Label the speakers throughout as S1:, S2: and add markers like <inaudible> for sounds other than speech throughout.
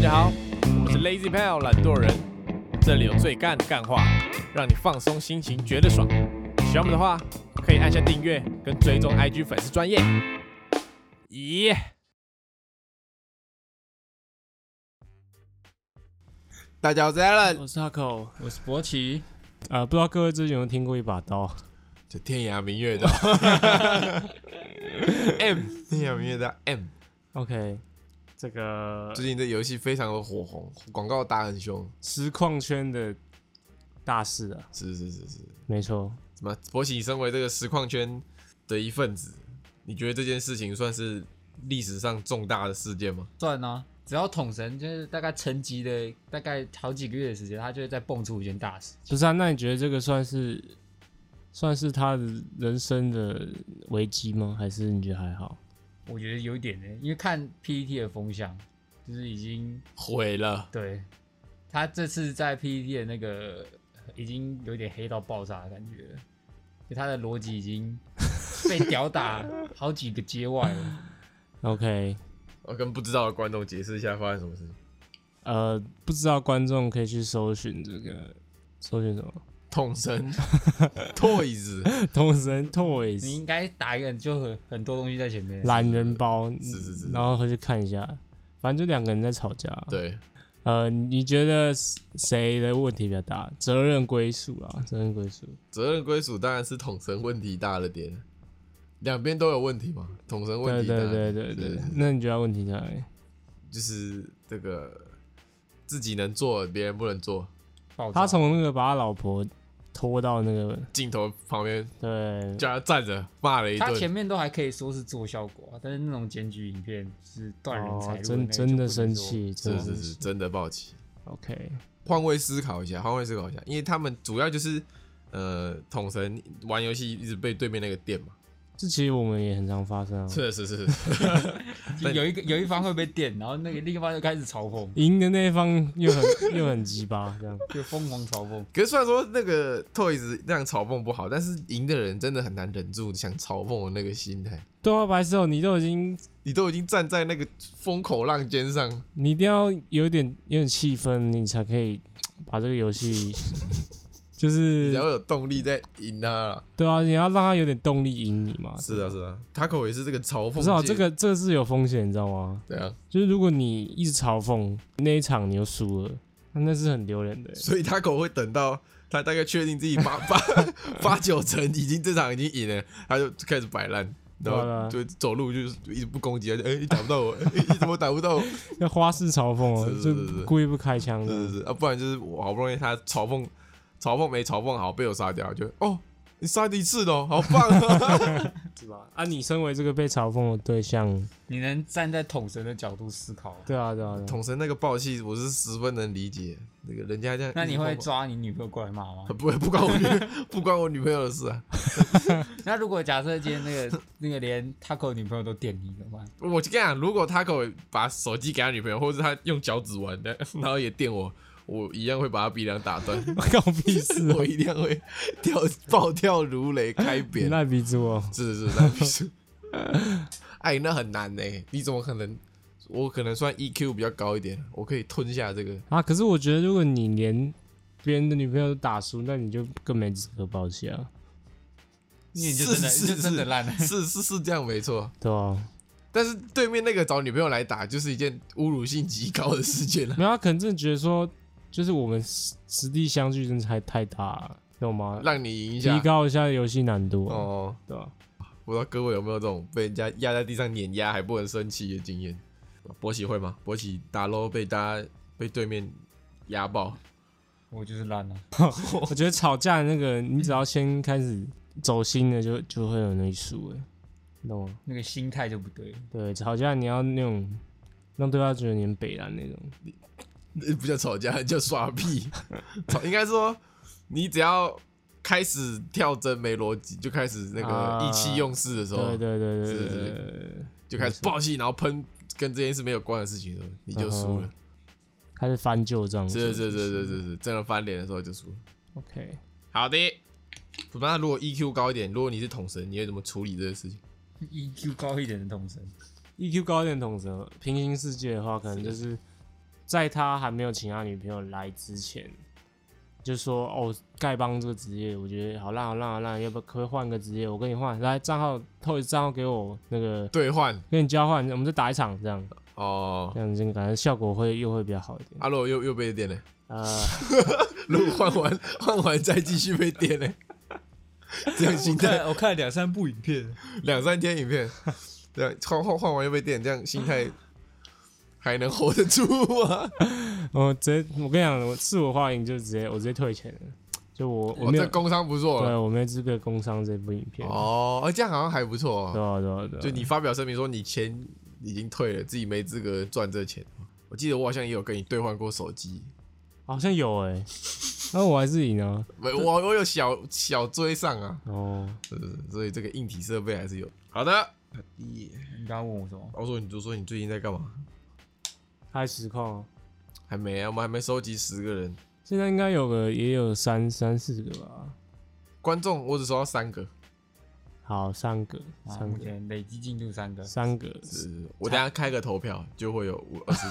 S1: 家好，我是 Lazy Pal 懒惰人，这里有最干的干话，让你放松心情，觉得爽。喜欢我们的话，可以按下订阅跟追踪 IG 粉丝专业。咦、
S2: 大家好，我是 Alan。
S3: 我是哈口，我是博奇。
S4: 呃，不知道各位最近有没有听过一把刀？
S2: 就天涯明月 <laughs> 的 M，天涯明月的 M，
S4: OK，这个
S2: 最近这游戏非常的火红，广告打很凶，
S4: 实况圈的大事啊，
S2: 是是是是，
S4: 没错。
S2: 怎么？博喜，你身为这个实况圈的一份子，你觉得这件事情算是历史上重大的事件吗？
S3: 算啊，只要统神就是大概沉寂的大概好几个月的时间，他就会再蹦出一件大事。
S4: 不是啊，那你觉得这个算是算是他的人生的危机吗？还是你觉得还好？
S3: 我觉得有一点呢、因为看 PPT 的风向，就是已经
S2: 毁了，
S3: 对他这次在 PPT 的那个已经有点黑到爆炸的感觉了，就他的逻辑已经被屌
S2: <laughs>
S3: 打好几个街外了。
S4: OK，
S2: 我哦跟不知道的观众解释一下发生什么事情。
S4: 呃，不知道观众可以去搜寻这个搜寻什么？ <laughs>
S2: 痛神 <laughs> Toys，
S4: 同神
S3: 你
S4: Toys
S3: 应该打一个就很很多东西在前面。
S4: 懒人包，
S2: 是是是
S4: 然后回去看一下。反正就两个人在吵架。啊
S2: 对，
S4: 呃，你觉得谁的问题比较大？责任归属啊，责任归属。
S2: 责任归属当然是统神问题大了点，两边都有问题嘛，统神问
S4: 对
S2: 题大
S4: 对
S2: 了
S4: 对
S2: 点
S4: 对
S2: 是
S4: 对
S2: 是，
S4: 那你觉得问题在哪里？
S2: 就是这个自己能做，别人不能做。
S3: 爆炸
S4: 他从那个把他老婆拖到那个，
S2: 镜头旁边
S4: 对，
S2: 叫他站着骂了一
S3: 他前
S2: 顿，
S3: 面都还可以说是做效果啊，但是那种检举影片是断人财
S4: 哦
S3: 路、，
S4: 真真的生。气，真
S2: 是是
S4: 的生
S2: 是，
S4: 气。
S2: 真的抱歉。
S4: OK，
S2: 换位思考一下，换位思考一下，因为他们主要就是呃，统神玩游戏一直被对面那个电嘛，
S4: 这其实我们也很常发生啊。
S2: 是是是是，
S3: 就有一个有一方会被电，然后那个另一方就开始嘲讽，
S4: 赢的那一方
S2: <laughs>
S4: 又很又很鸡巴，这样
S3: 就疯狂嘲讽。
S2: 可是虽然说那个 Toys 那样嘲讽不好，但是赢的人真的很难忍住想嘲讽的那个心态。
S4: 对啊，白石头，你都已经，
S2: 你都已经站在那个风口浪尖上，
S4: 你一定要有点有点气氛，你才可以把这个游戏，就
S2: 你
S4: 是
S2: 要有动力在赢他啦。
S4: 对啊，你要让他有点动力赢你嘛。
S2: 是啊是啊，Taco 也是这个嘲讽界。
S4: 不是啊，这个这个是有风险，你知道吗？
S2: 对啊，
S4: 就是如果你一直嘲讽那一场你又输了，那是很丢
S2: <laughs>
S4: 脸的欸。
S2: 所以 Taco 会等到他大概确定自己八
S4: <laughs>
S2: 八八九成已经这场已经赢了，他就开始摆烂，然
S4: 对啊
S2: 后就走路就是一直不攻击，他就哎、你打不到我，哎、你怎么打不到我？
S4: 要花式嘲讽哦
S2: 是，是是是
S4: 就故意不开枪
S2: 是
S4: 的。
S2: 是是啊，不然就是我好不容易他嘲讽嘲讽没嘲讽好被我杀掉，就哦你杀敌一次哦， <laughs> 好棒、啊！
S4: 是吧？啊，你身为这个被嘲讽的对象，
S3: 你能站在统神的角度思考，
S4: 对啊，对啊， <laughs> 对啊
S2: 统神那个暴气我是十分能理解，那个人家这样，
S3: 那你会？抓你女朋友过来骂吗？
S2: 不会，不关我女，不关我女朋友的事啊！
S3: 那如果假设今天那个 <laughs> 那个连 Taco 女朋友都电你怎么办？
S2: 我跟你讲，如果 Taco 把手机给他女朋友，或者他用脚趾玩的，然后也电我，我一样会把他鼻梁打断，
S4: 关我屁事
S2: <laughs>
S4: 哦！
S2: 我一定会跳暴跳如雷开
S4: 你
S2: 扁。
S4: 赖鼻子我，
S2: <laughs> 是是是那必须，哎，那很难呢、你怎么可能？我可能算 EQ 比较高一点，我可以吞下这个。
S4: 啊！可是我觉得，如果你连别人的女朋友都打输，那你就更没资格抱歉啊，
S3: 因为你就真的
S2: 是
S3: 你就真的烂了
S2: <laughs> 是是是是这样没错。
S4: 对啊，
S2: 但是对面那个找女朋友来打，就是一件侮辱性极高的事件了。啊
S4: 没有，他啊可能真的觉得说，就是我们实实力相距真的太太大了，懂吗？
S2: 让你赢一
S4: 提
S2: 下。
S4: 高一下游戏难度啊，
S2: 哦，
S4: 对吧？
S2: 不知道各位有没有这种被人家压在地上碾压还不能生气的经验？博喜会吗？博喜打 low 被大家被对面压爆，
S3: 我就是烂了。
S4: 我觉得吵架的那个，你只要先开始走心了，就就会有那一输哎，你懂吗？
S3: 那个心态就不对，
S4: 对，吵架你要那种让对方觉得你很北蓝那种，
S2: 呃不叫吵架，叫耍屁。 <laughs> 吵应该说，你只要开始跳针没逻辑，就开始那个
S4: 啊
S2: 意气用事的时候，
S4: 对对
S2: 是
S4: 对对
S2: 是
S4: 对
S2: 是
S4: 对，
S2: 就开始暴气，然后喷跟这件事没有关的事情的时候，你就输了。
S4: 开始翻旧账，
S2: 是是是是是是，真的翻脸的时候就输了。
S4: ，OK，
S2: 好的，那如果 EQ 高一点，如果你是统神，你会怎么处理这个事情？
S3: EQ E 高一点的统神，
S4: E EQ 高一点统则，平行世界的话，可能就是在他还没有请他女朋友来之前，就说哦，丐帮这个职业，我觉得好烂好烂好烂，要不可不可以换个职业？我跟你换，来账号透一账号给我，那个
S2: 兑换
S4: 跟你交换，我们再打一场这样，
S2: 哦
S4: 这。样子感觉效果会又会比较好一点。
S2: 阿洛又又被点了，
S4: 呃，
S2: 如果换完换完再继续被点呢？这样心
S3: <laughs>
S2: 态
S5: 看我看了两三部影片，
S2: 两三天影片，这样换换换完又被点，这样心态还能 hold 得住吗？
S4: <laughs> 我直接我跟你讲，我自我化影就直接我直接退钱了，就我我
S2: 我
S4: 没有
S2: 这工商不错
S4: 对啊
S2: 了
S4: 我没有资格工商这部影片。
S2: 哦，哎这样好像还不错哦
S4: 对。啊，对啊，对啊。
S2: 就你发表声明说你钱已经退了，自己没资格赚这钱。我记得我好像也有跟你兑换过手机，
S4: 好像有哎、那我还是赢啊了。
S2: 没我我有小小追上啊，
S4: 哦，
S2: 是不是所以这个硬体设备还是有。好的，第一，
S3: 你刚刚问我什么？
S2: 我说你就说你最近在干嘛？
S4: 开实况哦，
S2: 还没啊，我们还没收集十个人
S4: 现在应该有个也有三三四个吧。
S2: 观众，我只收到三个，
S4: 好，三个，
S3: 啊，
S4: 三
S3: 目
S4: 个，
S3: 前累计进度三个，
S4: 哦三个，
S2: 是我等一下开个投票就会有五二十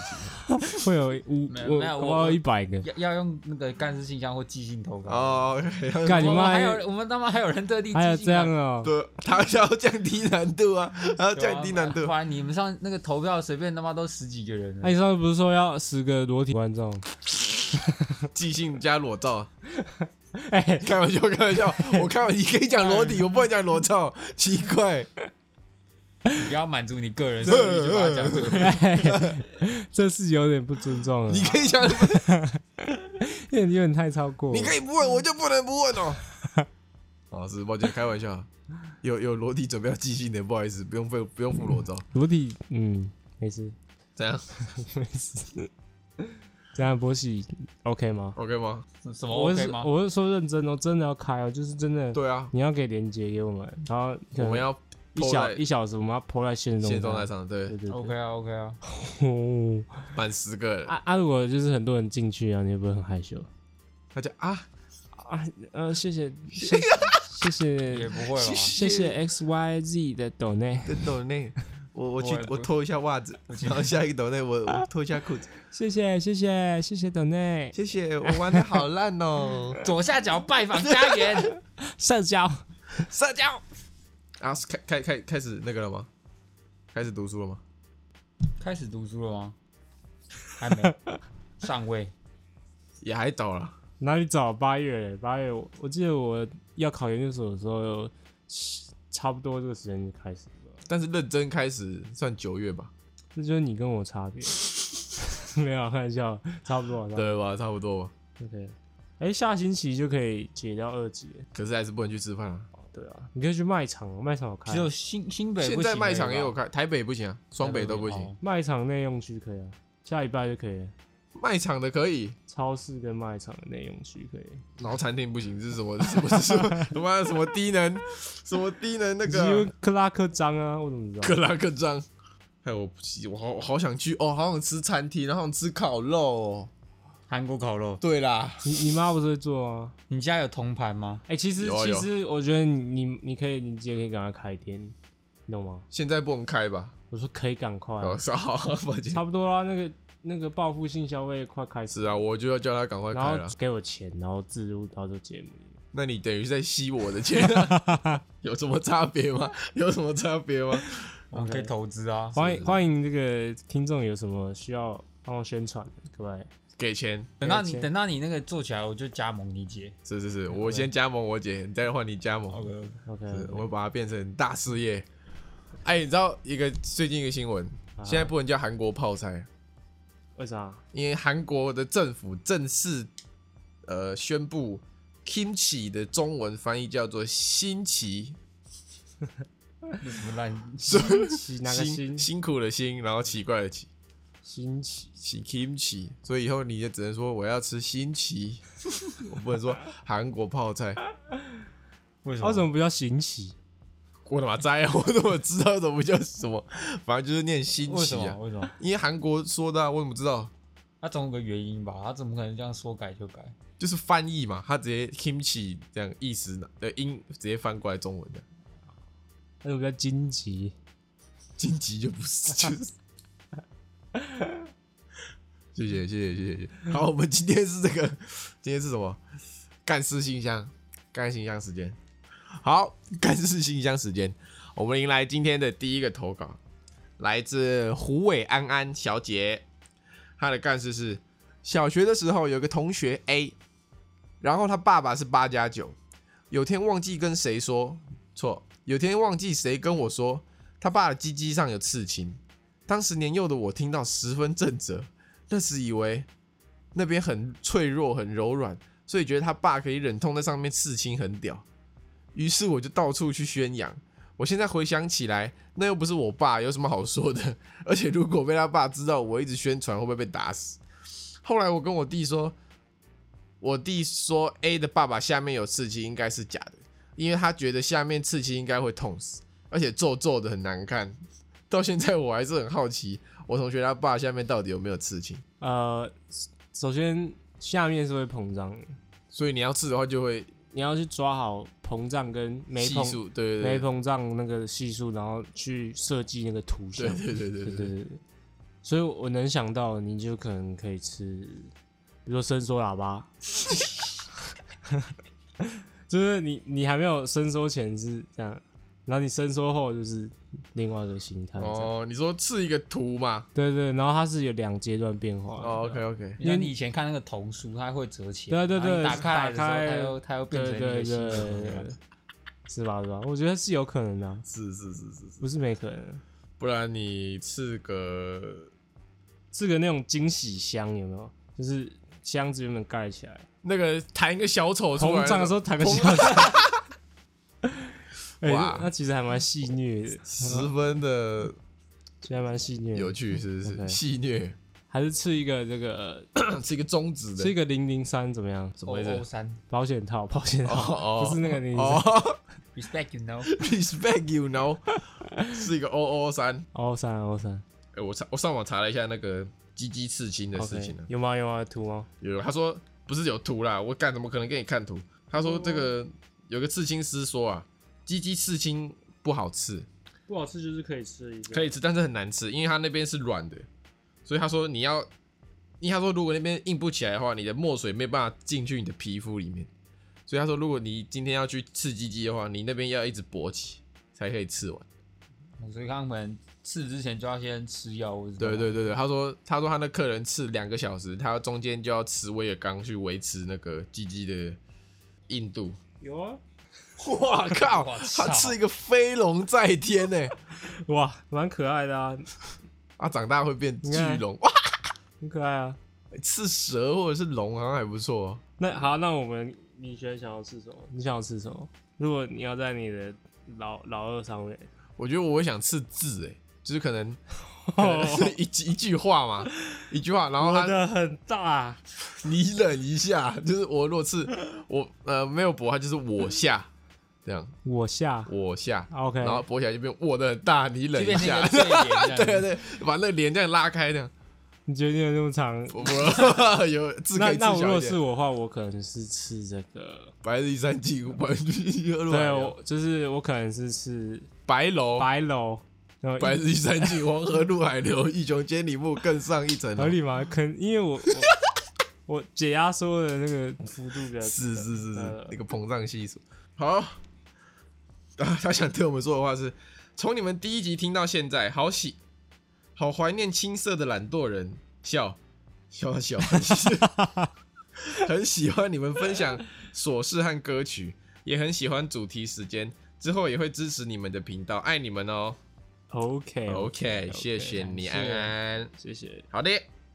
S2: 几
S4: 会有五
S3: 没有
S4: 我
S3: 没有
S4: 搞不
S3: 我
S4: 好
S3: 我
S4: 一百个。
S3: 要要用那个干事信箱或寄信投稿。
S2: <laughs> 哦。
S3: 我
S4: 干你
S3: 们
S4: 妈！
S3: 还有我们他妈还有人特地
S4: 还有
S3: 寄信
S4: 这样
S3: 来
S4: 哦、
S2: 对，他要降低难度啊，他要
S3: 对啊
S2: 降低难度
S3: 不。然你们上那个投票随便他妈都十几个人了
S4: 那、哎你上次不是说要十个裸体观众？
S2: 即兴加裸照，
S4: <laughs> 哎、
S2: <laughs> 开玩笑，开玩笑，我开玩，你可以讲裸 <laughs> 体，我不能讲裸照，奇怪。
S3: 你不要满足你个人，所以就把它讲出来。
S4: 这是有点不尊重了
S2: 你，可以 <laughs> 讲，
S4: 有点有点太超过了。
S2: 你可以不问，我就不能不问哦。 <laughs> 老师，抱歉，开玩笑，有有裸体准备要即兴的，不好意思，不用付不用付裸照，
S4: 裸体，嗯，没事
S2: <laughs> 怎样
S4: 没事。这样波喜 OK 吗？
S2: ？OK 吗？
S3: 什么
S4: 我
S3: OK
S4: 是
S3: 吗？
S4: 我是说认真哦，真的要开哦，就是真的，
S2: 对啊，
S4: 你要给连接给我们，然后
S2: 我
S4: 可能
S2: 们要
S4: 一小一小时，我们要抛在线中，
S2: 现状态上，对
S4: 对，对
S3: OK 啊 OK 啊，
S4: 对。
S2: 满十个人，
S4: <laughs> 啊啊！如果就是很多人进去啊，你会不会很
S2: <laughs>
S4: 害羞
S2: 他就啊，
S4: 啊？呃，谢谢谢谢
S3: 也
S2: <laughs>
S4: 谢
S3: 不会吧？
S4: 谢谢 X Y Z 的抖内，
S2: 跟抖内， <laughs> 我我去
S3: 我
S2: 我脱一下袜子，然后下一个抖 <laughs> 内我我脱一下裤子，
S4: 谢谢谢谢谢谢抖内，
S2: 谢谢，我玩的好烂哦，
S3: 左下角拜访家园， <laughs>
S4: 社交
S2: <laughs> 社交。啊，是开开开开始那个了吗？开始读书了吗？
S3: 开始读书了吗？还没，上位。
S2: 也还早了，
S4: 哪里找？八月嘞，八月我我记得我要考研究所的时候，差不多这个时间就开始了，
S2: 但是认真开始算九月吧，
S4: 这就是你跟我差别。 <laughs> 没有开玩笑，差不多。差不多
S2: 对吧？差不多吧。
S4: OK，哎、下星期就可以解掉二级了。
S2: 可是还是不能去吃饭啊。
S4: 对啊，你可以去卖场哦，卖场有开
S3: 只，有新新北
S2: 现
S3: 不行而已吧，
S2: 在卖场也有开，台北不行啊，双北都不行。
S3: 哦。
S4: 卖场内用区可以啊，下礼拜就可以了。
S2: 卖场的可以，
S4: 超市跟卖场的内用区可以，
S2: 然后餐厅不行，这是什么什么什么 <laughs> 什么什么低能，什么低能那
S4: 只有
S2: 个
S4: 克拉克章啊，我怎么知
S2: <laughs> 克
S4: 道？
S2: 拉克章。害哎我不行，我好我好想去哦，好想吃餐厅，然后想吃烤肉哦。
S3: 韩国烤肉，
S2: 对啦，
S4: 你你妈不是会做吗？
S3: 你家有铜盘吗
S4: 哎、？其实
S2: 有啊
S4: 其
S2: 有
S4: 实我觉得你你你可以，你姐可以赶快开店，你懂吗？
S2: 现在不能开吧？
S4: 我说可以赶快啊、
S2: 哦，是好，抱歉。
S4: 差不多啊啦，那个那个报复性消费快开始
S2: 是啊，我就要叫他赶快
S4: 然
S2: 开
S4: 后
S2: 了。
S4: 给我钱，然后置入到这节目里面。
S2: 那你等于是在吸我的钱， <laughs> 有什么差别吗？有什么差别吗？
S3: 我们可以投资啊。
S4: 欢迎欢迎，这个听众有什么需要帮我宣传的，各位。
S2: 给钱，
S3: 等到
S4: 没有
S3: 你
S4: 钱
S3: 等到你那个做起来，我就加盟你姐。
S2: 是是是，我先加盟我姐，你再换你加盟，
S3: OK，
S4: OK，
S2: 是我把它变成大事业。哎，你知道一个最近一个新闻，
S4: 啊
S2: 现在不能叫韩国泡菜，
S4: 为啊啥？
S2: 因为韩国的政府正式呃宣布 kimchi 的中文翻译叫做新奇，
S3: 什么烂？
S4: 奇哪个
S2: 辛
S4: 新
S2: 辛苦的辛，然后奇怪的奇。
S4: 新奇？
S2: 喜 kimchi，所以以后你也只能说我要吃新奇， <laughs> 我不能说韩国泡菜。
S3: 为
S2: 哦
S3: 什
S4: 哦为什
S3: 么？
S4: 么不叫新奇？
S2: 我他妈在啊！我怎么知道什么叫什么？反正就是念新
S3: 为什
S2: 奇
S3: 么？
S2: 啊，
S3: 为什么？
S2: 因为韩国说的、啊，我怎么知道？
S3: 他总有个原因吧？他怎么可能这样说改就改？
S2: 就是翻译嘛，他直接 kimchi 这样意思拿，呃音直接翻过来中文的。
S4: 为什么叫荆棘？
S2: 荆棘就不是，就是就谢谢谢谢谢谢谢。好，我们今天是这个，今天是什么？干事信箱，干信箱时间。好，干事信箱时间，我们迎来今天的第一个投稿，来自胡伟安安小姐，她的干事是小学的时候有个同学 A，然后他爸爸是八加九，有天忘记跟谁说错，有天忘记谁跟我说他爸的鸡鸡上有刺青。当时年幼的我听到十分震折，那时以为那边很脆弱、很柔软，所以觉得他爸可以忍痛在上面刺青很屌。于是我就到处去宣扬。我现在回想起来，那又不是我爸，有什么好说的？ <laughs> 而且如果被他爸知道我一直宣传，会不会被打死？后来我跟我弟说，我弟说 A 的爸爸下面有刺青，应该是假的，因为他觉得下面刺青应该会痛死，而且皱皱的很难看。到现在我还是很好奇，我同学他爸下面到底有没有刺青？
S4: 呃，首先下面是会膨胀的，
S2: 所以你要刺的话，就会
S4: 你要去抓好膨胀跟没
S2: 系
S4: 膨
S2: 数，对
S4: 没
S2: 对对，
S4: 膨胀那个系数，然后去设计那个图像
S2: 对。对对对
S4: 对
S2: 对
S4: 对
S2: 对，
S4: 对，所以我能想到，你就可能可以吃，比如说伸缩喇叭， <laughs> 就是你你还没有伸缩前是这样，然后你伸缩后就是另外一个形态。哦，
S2: 哦，你说刺一个图嘛？
S4: 对对，然后它是有两阶段变化的。
S2: 哦，OK OK，
S3: 因为你以前看那个童书，它会折起
S4: 对
S3: 来，
S4: 对
S3: 然后你
S4: 对
S3: 打开来的时候，
S4: 打开
S3: 它又它又变
S4: 对
S3: 成
S4: 对
S3: 一个
S4: 对
S3: 新
S4: 对
S3: 的
S4: 对。是吧？是吧？我觉得是有可能的啊、
S2: 是是是是是，
S4: 不是没可能。
S2: 不然你刺个
S4: 这个那种惊喜箱有没有？就是箱子原本盖起来，
S2: 那个弹一个小丑出来，
S4: 膨胀的时候弹
S2: <laughs>
S4: 个箱子。哎、
S2: 哇
S4: 那其实还蛮戏虐的，
S2: 十分的
S4: 其实还蛮戏虐的。
S2: 有趣，是是是，
S4: 嗯 OK
S2: 戏虐，
S4: 还是吃一个这个，
S2: 是一个中指的，
S4: 吃一个零零三怎么样？
S2: 什么意
S3: 欧
S2: 思？
S3: 三
S4: 保险套，保险套，
S2: 哦哦
S4: 不是那个零零三，
S2: 哦 <laughs>
S3: respect you know，
S4: <laughs>
S2: ，respect you know，是一个 O O 三。
S4: 哦三哦三。
S2: 哎，我查我上网查了一下那个鸡鸡刺青的事
S4: OK，
S2: 情呢，啊
S4: 有吗？有吗？有图吗？
S2: 有，他说不是有图啦，我干怎么可能给你看图？他说这
S4: 哦
S2: 个有个刺青师说啊，鸡鸡刺青不好刺，
S4: 不好吃就是可以吃一个
S2: 可
S4: 以。
S2: 以吃，但是很难吃，因为他那边是软的，所以他说你要，因为他说如果那边硬不起来的话，你的墨水没有办法进去你的皮肤里面，所以他说如果你今天要去刺鸡鸡的话，你那边要一直勃起才可以刺完。
S3: 所以他们吃之前就要先吃药物，
S2: 对对对对，他说他说他那客人刺两个小时，他中间就要吃威尔刚去维持那个鸡鸡的硬度。
S4: 有啊。
S2: 哇靠！
S3: 哇
S2: 他
S3: 操
S2: 吃一个飞龙在天呢、
S4: 哇，蛮可爱的啊，
S2: 啊，长大会变巨龙哇！
S4: 很可爱啊。
S2: 吃蛇或者是龙好像还不错哦、
S4: 那好，那我们你觉得想要吃什么？你想要吃什么？如果你要在你的老老二上面，
S2: 我觉得我会想吃字哎、就是可能可能是一句一句话嘛，一句话，然后
S4: 我
S2: 他
S4: 的很大，啊
S2: 你忍一下，就是我若是我呃没有博，他就是我下这样，
S4: 我下
S2: 我下。
S4: OK，
S2: 然后博起来就变我的很大，你忍
S3: 就
S2: 一
S3: 变成一
S2: 下
S3: 个，对
S2: 对
S3: 联
S2: <laughs>
S3: 这
S2: 对
S3: 样。
S2: 对，把那个脸这样拉开这样，
S4: 你觉得你有那么长？
S2: 我我有字可
S4: 那
S2: 以
S4: 那
S2: 刺
S4: 我如
S2: 小一
S4: 果是
S2: 点，
S4: 我的话，我可能是吃这个，
S2: 白日依山尽，白日依山
S4: 对，我就是我可能是吃
S2: 白楼
S4: 白楼，然后
S2: 白日依山尽，黄河入海流，一雄千里目，更上一层
S4: 合
S2: 楼。
S4: 理吗？可能因为我我
S2: <laughs>
S4: 我解压缩的那个幅度比较
S2: 是是是是
S4: 呃，
S2: 那个膨胀系数。好， <laughs> 啊，他想对我们说的话是：从你们第一集听到现在，好喜，好怀念青涩的懒惰人，笑笑笑， <laughs> 很喜欢你们分享琐事和歌曲，也很喜欢主题时间。之后也会支持你们的频道，爱你们哦。
S4: OK
S2: 嗯 OK，谢谢你，安安。
S4: 谢谢。
S2: 好的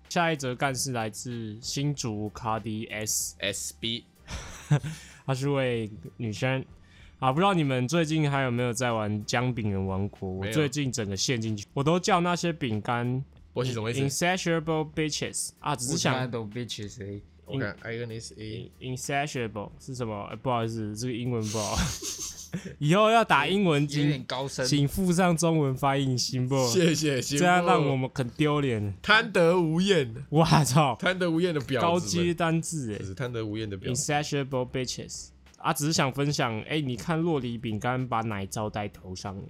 S4: 下一则干事来自新竹卡迪 S。
S2: ，SB
S4: 她是位女生啊，不知道你们最近还有没有在玩姜饼人王国？我
S2: 没有
S4: 最近整个陷进去，我都叫那些饼干
S2: 波西什么意思？
S4: insatiable bitches 啊，只是想
S3: 都 bitches，哎
S2: 我看 I N S A
S4: insatiable 是什么、呃不好意思，这个英文不好， <laughs> 以后要打英文
S3: 有点
S4: 请
S3: 高深。
S4: 请附上中文翻译，行不？
S2: 谢谢，谢谢
S4: 这样让我们很丢脸。
S2: 贪得无厌，<laughs>
S4: 哇操，
S2: 贪得无厌的婊子们，
S4: 高阶单字哎
S2: 只。是贪得无厌的婊子。
S4: insatiable bitches 啊，只是想分享，哎、你看洛梨饼干把奶罩戴头上了。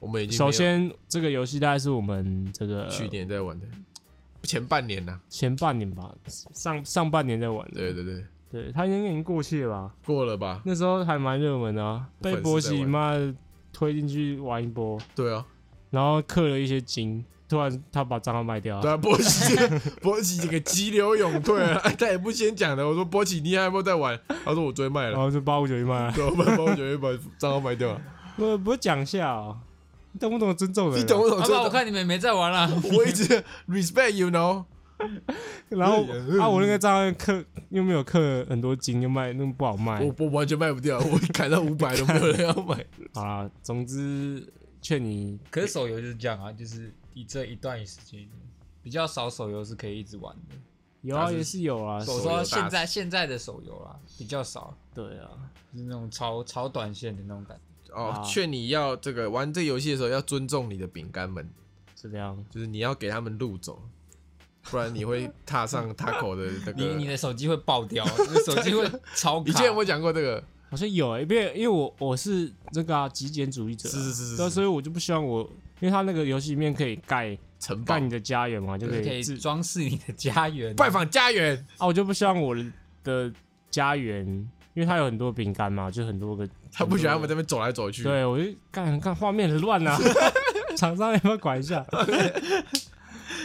S2: 我们已经没有
S4: 首先，这个游戏大概是我们这个呃
S2: 去年在玩的，前半年呐、
S4: 前半年吧，上上半年在玩的，
S2: 对对对，
S4: 对他应该已经过气了吧？
S2: 过了吧？
S4: 那时候还蛮热门的、啊，
S2: 粉丝
S4: 被
S2: 在
S4: 波西
S2: 玩
S4: 妈的推进去玩一波，
S2: 对啊，
S4: 然后氪了一些金，突然他把账号卖掉
S2: 对，啊，波奇，波奇这个急流勇退
S4: <laughs>
S2: 啊，哎他也不先讲的。我说波奇，你还有没有在玩？他说我追卖
S4: 然
S2: 了，
S4: 后就八五九一卖了。啊
S2: 对，我把把我九把账号卖掉了。
S4: <laughs> 不不是讲一下哦，你懂不懂尊重人啊？
S2: 你懂不懂？
S3: 好
S2: 这
S3: 吧，我看你们没在玩啊了。
S2: 我一直 respect you know，<laughs>
S4: 然后
S2: 对呀
S4: 啊，我那个账号氪又没有氪很多金，又卖那么不好卖。
S2: 我我完全卖不掉，我砍到五百都没有人要买。
S4: 好啦，总之劝你
S3: <laughs> 可是手游就是这样啊，就是你这一段时间比较少手游是可以一直玩的。
S4: 有啊，
S2: 还是
S4: 也是有啊，
S3: 我
S2: 手游大
S3: 说现在现在的手游啦，比较少，
S4: 对啊，
S3: 就是那种超超短线的那种感觉。
S2: 哦
S4: <laughs> 啊，
S2: 劝你要这个玩这游戏的时候要尊重你的饼干们，
S4: 是这样。
S2: 就是你要给他们路
S4: <laughs>
S2: 走，不然你会踏上 Taco 的那
S3: 你你
S2: 个。
S3: 的手机会爆掉， <laughs> 你的手机会超卡。
S2: 以前有没有讲过这个？
S4: 好像有啊诶、因为因为我我是这个、啊、极简主义者啊、
S2: 是是是是
S4: 对啊
S2: 是
S4: 所以我就不希望我，因为他那个游戏里面可以盖
S2: 城堡
S4: 盖你的家园嘛，就可
S3: 可
S4: 以
S3: 以
S4: 自
S3: 装饰你的家园、
S2: 拜访家园，
S4: 啊，我就不希望我的家园，因为它有很多饼干嘛，就很多个，
S2: 他不喜欢他们在那边走来走去。
S4: 对我就干看画面很乱啊， <laughs> 厂商要不要管一
S2: <laughs>
S4: 下？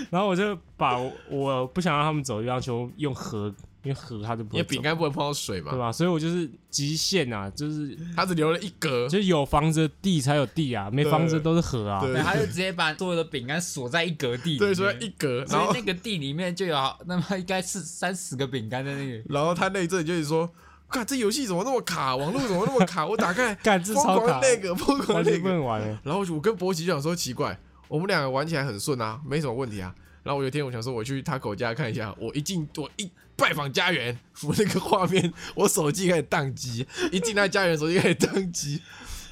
S4: 然后我就把我我不想让他们走的地方全部用河，因为河它就不
S2: 因为
S4: 会
S2: 饼
S4: 走，
S2: 干不会碰到水
S4: 对啊
S2: 嘛，嗯
S4: 吧？所以我就是极限啊，就是
S2: 它只留了一格，
S4: 就是有房子的地才有地啊，没房子都是河啊。
S2: 对
S3: 然后他就直接把所有的饼干锁在一格地里面。
S2: 对，所以一格，然
S3: 所
S2: 后
S3: 以那个地里面就有好那么应该是三十个饼干在
S2: <laughs>
S3: 那里。
S2: 然后他那一阵就是说，看这游戏怎么那么卡，网络怎么那么卡，我打开
S4: <laughs> 干这
S2: 疯
S4: 超
S2: 狂
S4: 卡，
S2: 那个疯狂
S4: 完
S2: 那
S4: 全不
S2: 个，
S4: 能玩了。
S2: 然后我跟博奇就想说奇怪，我们两个玩起来很顺啊，没什么问题啊。然后我有一天我想说我去他口家看一下，我一进我一拜访家园，我那个画面我手机开始宕机，一进他家园手机开始宕机，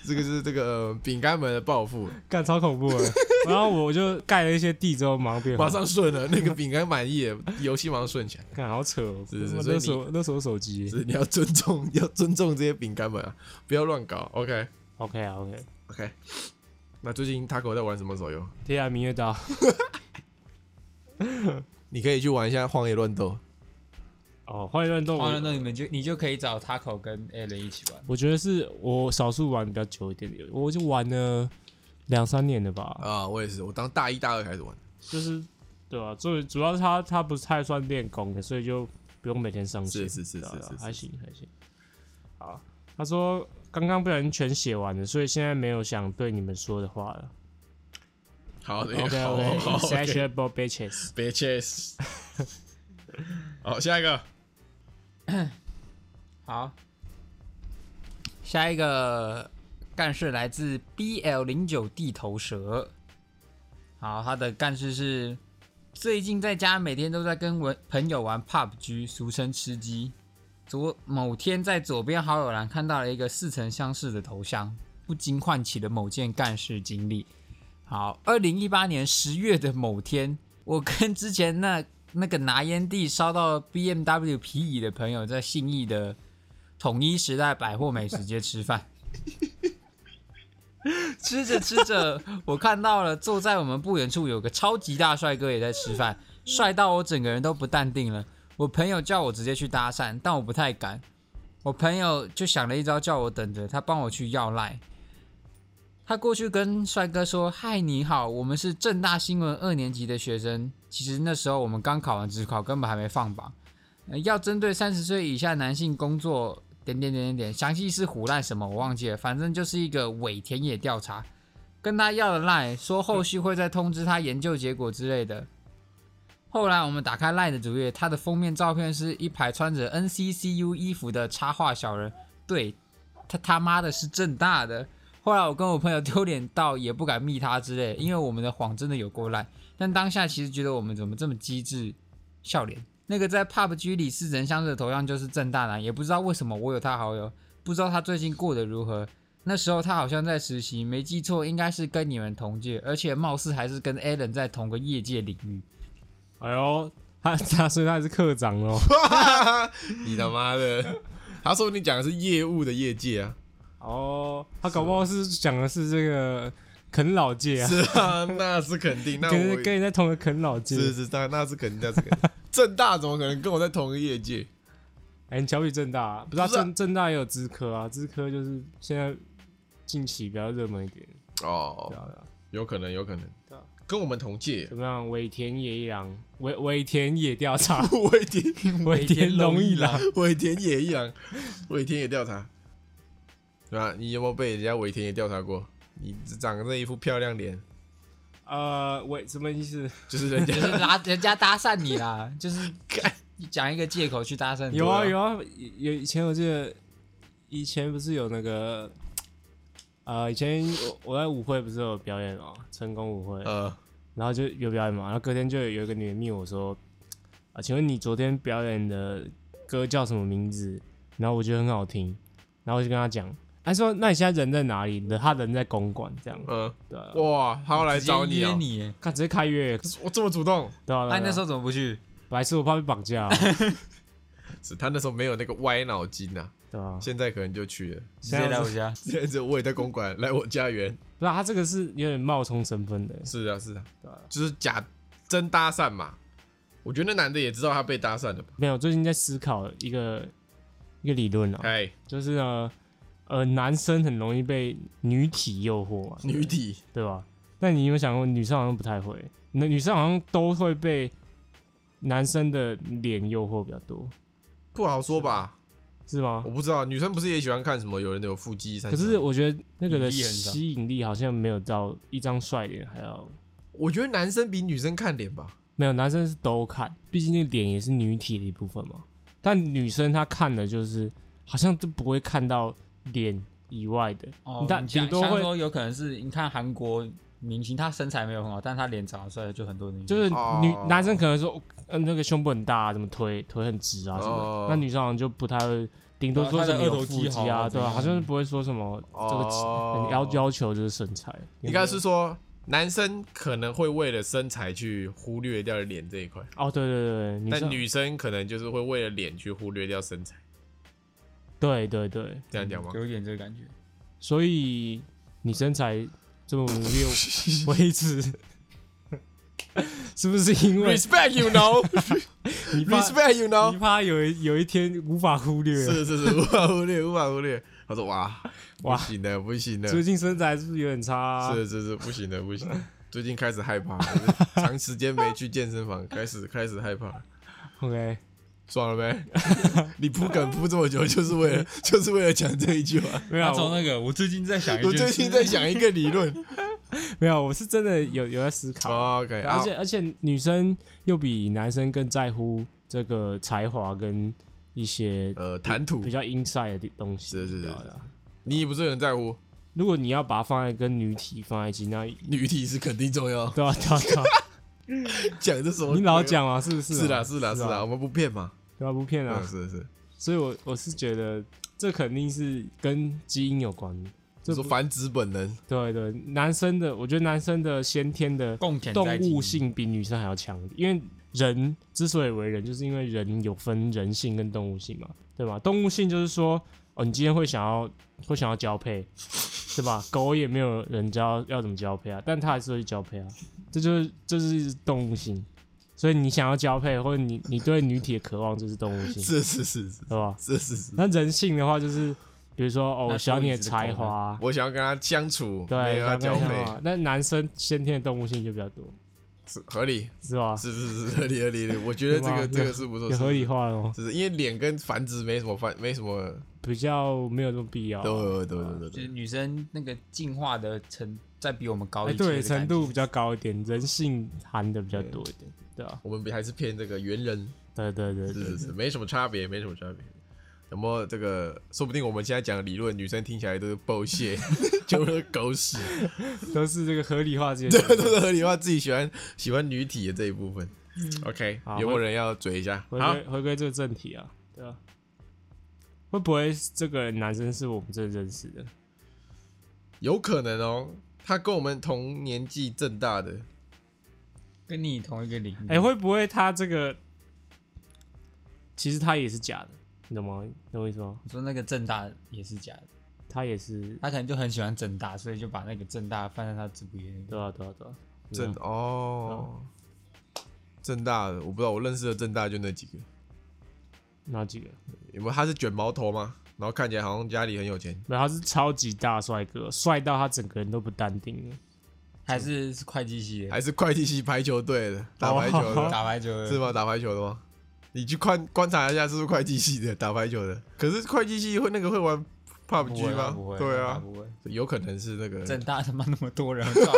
S2: 这个是这个呃饼干们的报 <laughs> 复，
S4: 干超恐怖的。然后我就盖了一些地之后，马
S2: <laughs>
S4: 上变好
S2: 马上顺了，那个饼干满意了，游戏马上顺起来。
S4: 干好扯、哦，
S2: 是是
S4: 他妈
S2: 所以你
S4: 勒索勒索手机。
S2: 是你要尊重，要尊重这些饼干们啊，不要乱搞。OK
S4: OK 啊 OK，
S2: OK，那最近 Taco 在玩什么手游？
S4: 天涯明月
S2: 哦
S4: 刀，
S2: 你可以去玩一下《荒野乱斗》。
S4: 哦，荒野乱斗，
S3: 完了，
S4: 我
S3: 那你们就你就可以找 Taco 跟 a l n 一起玩。
S4: 我觉得是我少数玩比较久一点的，我就玩了两三年了吧，
S2: 啊，我也是，我当大一大二开始玩。
S4: 就是对吧、啊？最主要是它它不太算练功的，所以就不用每天上线。
S2: 是是是
S4: 对啊
S2: 是是是
S4: 还行还行。好，他说刚刚不小心全写完了，所以现在没有想对你们说的话了。
S2: 好的 <laughs>
S4: OK
S2: 好
S4: OK，
S2: 好
S4: s e x u a l bitches。
S2: 别 <laughs> chase。好，下一 <laughs> 个，
S3: 好，下一个干事来自 BL 零九地头蛇。好，他的干事是最近在家每天都在跟文朋友玩 PUBG，俗称吃鸡。昨某天在左边好友栏看到了一个似曾相识的头像，不禁唤起了某件干事经历。好，二零一八年十月的某天，我跟之前那那个拿烟蒂烧到 BMW 皮椅的朋友，在信义的统一时代百货美食街吃饭。 <laughs> 吃着吃着，我看到了坐在我们不远处有个超级大帅哥也在吃饭，帅到我整个人都不淡定了。我朋友叫我直接去搭讪，但我不太敢。我朋友就想了一招，叫我等着，他帮我去要赖。他过去跟帅哥说：“嗨，你好，我们是正大新闻二年级的学生。其实那时候我们刚考完职考，根本还没放榜。呃要针对三十岁以下男性工作点点点点点，详细是胡乱什么我忘记了，反正就是一个伪田野调查。跟他要了赖，说后续会再通知他研究结果之类的。后来我们打开赖的主页，他的封面照片是一排穿着 NCCU 衣服的插画小人，对他他妈的是正大的。”后来我跟我朋友丢脸到也不敢密他之类，因为我们的谎真的有够烂。但当下其实觉得我们怎么这么机智，笑脸。那个在 PUBG 里似曾相识的头像就是郑大男，也不知道为什么我有他好友，不知道他最近过得如何。那时候他好像在实习，没记错应该是跟你们同届，而且貌似还是跟 Alan 在同个业界领域。
S4: 哎呦，他他所以他还是课长哦。
S2: 你他妈的，他说你讲的是业务的业界啊，
S4: 哦，他搞不好是讲的是这个啊啃老界啊，
S2: 是啊，那是肯定。那我
S4: <laughs> 跟跟人在同一个啃老界。
S2: 是是，那那是肯定，那是肯定。 <laughs> 正大怎么可能跟我在同一个业界？
S4: 哎、你瞧不起正大、啊，不知道
S2: 不是啊
S4: 正正大也有资科啊，资科就是现在近期比较热门一点，
S2: 哦
S4: 对，啊对啊。
S2: 有可能，有可能
S4: 对啊，
S2: 跟我们同届。，
S4: 怎么样？尾田野一郎，尾尾田野调查
S2: 尾田，
S4: <laughs> 尾田荣一郎，
S2: 尾田野一郎，尾田也调查，对吧？你有没有被人家尾田也调查过？你长得这一副漂亮脸，
S4: 呃，尾什么意思？
S2: 就是人家
S3: 就是拉人家搭讪你啦，就是
S2: 干
S3: 讲一个借口去搭讪你。
S4: 有啊
S2: 对啊
S4: 有啊，有以前我记得，以前不是有那个，呃，以前我我在舞会不是有表演哦，成功舞会，
S2: 呃，
S4: 然后就有表演嘛，然后隔天就有一个女的密我说，啊、请问你昨天表演的歌叫什么名字？然后我觉得很好听，然后我就跟她讲，她说那你现在人在哪里？你的她人在公馆这样，
S2: 嗯，
S4: 对啊，
S2: 哇，他要来
S3: 直接
S2: 找你
S3: 约
S2: 哦，
S3: 你耶，
S4: 看直接开约，啊
S2: 我这么主动，
S4: 对啊，
S3: 那、
S4: 对啊
S3: 你那时
S4: 候
S3: 候怎么不去？
S4: 白痴，我怕被绑架、啊，
S2: 是他那时候没有那个歪脑筋呐、
S4: 对啊，
S2: 现在可能就去了。
S3: 直接来我家，
S2: 现在只有我也在公馆，来我家园。
S4: 不是他啊这个是有点冒充身份的，
S2: 是啊，是啊，
S4: 对啊。
S2: 就是假真搭讪嘛。我觉得那男的也知道他被搭讪了吧？
S4: 没有，最近在思考一个一个理论啊，
S2: 哎，
S4: 就是呢，呃，男生很容易被女体诱惑啊嘛，
S2: 女体
S4: 对吧？但你有没有想过，女生好像不太会，那女生好像都会被男生的脸诱惑比较多，
S2: 不好说吧？
S4: 是吗
S2: 我？不知道，女生不是也喜欢看什么有人有腹肌？
S4: 可是我觉得那个的
S3: 引力很大
S4: 吸引力好像没有到一张帅脸还要
S2: 我觉得男生比女生看脸吧。
S4: 没有，男生是都看，毕竟那个脸也是女体的一部分嘛。但女生她看的就是好像都不会看到脸以外的，
S3: 哦，
S4: 但
S3: 你讲
S4: 顶多
S3: 像
S4: 会
S3: 说有可能是你看韩国明星，他身材没有很好，但他脸长得帅，就很多人
S4: 就是女
S2: 哦
S4: 男生可能说，哦呃，那个胸部很大、啊，怎么腿腿很直啊什么的，
S2: 哦
S4: 那女生好像就不太会，顶多
S3: 对
S4: 说
S3: 啊她
S4: 什
S3: 的
S4: 么有
S3: 二头
S4: 腹
S3: 肌
S4: 肌
S3: 好
S4: 啊，
S3: 啊
S4: 对啊，
S3: 对
S4: 好像是不会说什么这个肌
S2: 哦
S4: 很要要求就是身材。
S2: 应该是说男生可能会为了身材去忽略掉脸这一块，
S4: 哦，对对对，女
S2: 但
S4: 生
S2: 女生可能就是会为了脸去忽略掉身材，
S4: 对对对，
S2: 这样讲吗？
S4: 嗯
S3: 有一点这个感觉。
S4: 所以你身材这么努
S2: <laughs>
S4: 力维持， <laughs> 是不是因为
S2: Respect you know,
S4: <laughs> 你怕
S2: respect you know
S4: 你。怕有一有一天无法忽略？啊
S2: 是是是，无法忽略，无法忽略。他说哇
S4: 哇
S2: 不行的，不行的，
S4: 最近身材是不是有点差、啊？
S2: 是是是，不行的，不行的。最近开始害怕，长时间没去健身房，开始开始害怕。
S4: ，OK，
S2: 爽了没？ <laughs> 你铺梗铺这么久，就是为了就是为了讲这一句话。
S4: 没有啊，我
S3: 那个，我最近在想
S2: 我最近在想一个理
S4: <laughs>
S2: 论。哦
S4: 没有，啊我是真的有有在思考。
S2: OK，
S4: 而
S2: 好
S4: 且而且女生又比男生更在乎这个才华跟一些
S2: 呃，谈吐
S4: 比，较 inside 的东西。
S2: 是是是
S4: 对啊
S2: 是
S4: 对啊
S2: 你不是很在乎，
S4: 如果你要把它放在跟女体放在一起，
S2: <laughs>
S4: 那
S2: 女体是肯定重要。
S4: 对啊对啊对啊，
S2: 讲这什么？
S4: 你老。讲嘛，是不是啊？
S2: 是啦，是啦，是
S4: 啊
S2: 啦，我，们不骗嘛。
S4: 对啊，不骗
S2: 嗯，
S4: 啊。
S2: 是是。
S4: 所以我我是觉得这肯定是跟基因有关的。
S2: 就
S4: 这
S2: 说
S4: 不嗯
S2: 繁殖本能，
S4: 对对，男生的，我觉得男生的先天的
S3: 共潜
S4: 动
S3: 在基因
S4: 物，性比女生还要强，因为人之所以为人，就是因为人有分人性跟动物性嘛，对吧？动物性就是说，哦，你今天会想要会想要交配，对吧？狗也没有人教要怎么交配啊，但它还是会交配啊，这就是这是动物性。所以你想要交配，或者你你对女体的渴望，这是动物性，
S2: 是是是是
S4: 对吧？
S2: 是是是。
S4: 那人性的话，就是比如说哦，
S3: 那
S4: 我想要你的
S3: 多一只狗呢
S4: 才华啊，
S2: 我想要跟他相处，没
S4: 对，
S2: 有要交
S4: 想
S2: 配
S4: 要，那男生先天的动物性就比较多，
S2: 是合理，
S4: 是吧？
S2: 是是是合理合理合理。我觉得这
S4: 对吧
S2: 个这
S4: 有
S2: 个是不错，
S4: 有
S2: 是
S4: 合理，哦化了哦，
S2: 是是因为脸跟繁殖没什么繁，没什么，
S4: 比较没有那么必要。哎
S2: 都都都
S4: 哦
S3: 就
S2: 都
S3: 是女生那个进化的程再比我们高
S4: 哎，
S3: 一些的
S4: 对，
S3: 感觉
S4: 程度比较高一点，人性含的比较多一点，对啊，
S2: 我们还是骗这个猿人，
S4: 对对对
S2: 是
S4: 对
S2: 是是，没什么差别，没什么差别。那么这个，说不定我们现在讲的理论，女生听起来都是 bullshit，就是狗屎，
S4: 都是这个合理化这
S2: 这
S4: 些。
S2: 都是合理化。自己喜欢喜欢女体的这一部分。OK， <laughs>
S3: 嗯
S4: 好
S2: 有没有
S4: 回
S2: 人要嘴一下？
S4: 回
S3: 啊
S2: 好
S4: 归，回归这个正题啊，对啊，会不会这个人男生是我们这认识的？
S2: 有可能哦，他跟我们同年纪正大的，
S3: 嗯跟你同一个领域。
S4: 哎，会不会他这个其实他也是假的？你懂吗？懂我意思吗？
S3: 你说那个正大也是假的，
S4: 他也是
S3: 他可能就很喜欢正大，所以就把那个正大放在他自不愿
S4: 对啊对啊对啊，
S2: 正哦，
S3: 嗯
S2: 正大的我不知道，我认识的正大就那几个，
S4: 哪嗯几个？
S2: 有没有？他是卷毛头吗？然后看起来好像家里很有钱，
S4: 没有，他是超级大帅哥，帅到他整个人都不淡定了。
S3: 还是是会计系的，
S2: 还是会计系排球队
S3: 哦
S2: 的，打排球
S3: <laughs>
S2: 的，
S3: 打排球的
S2: 是？吗？打排球的吗？你去观观察一下，是不是会计系的打排球的？可是会计系会那个会玩
S3: 不
S2: PUBG
S3: 会啊
S2: 吗
S3: 不会，？
S2: 对啊，
S3: 不会。
S2: 有可能是那个
S3: 正大他妈那么多人，刚好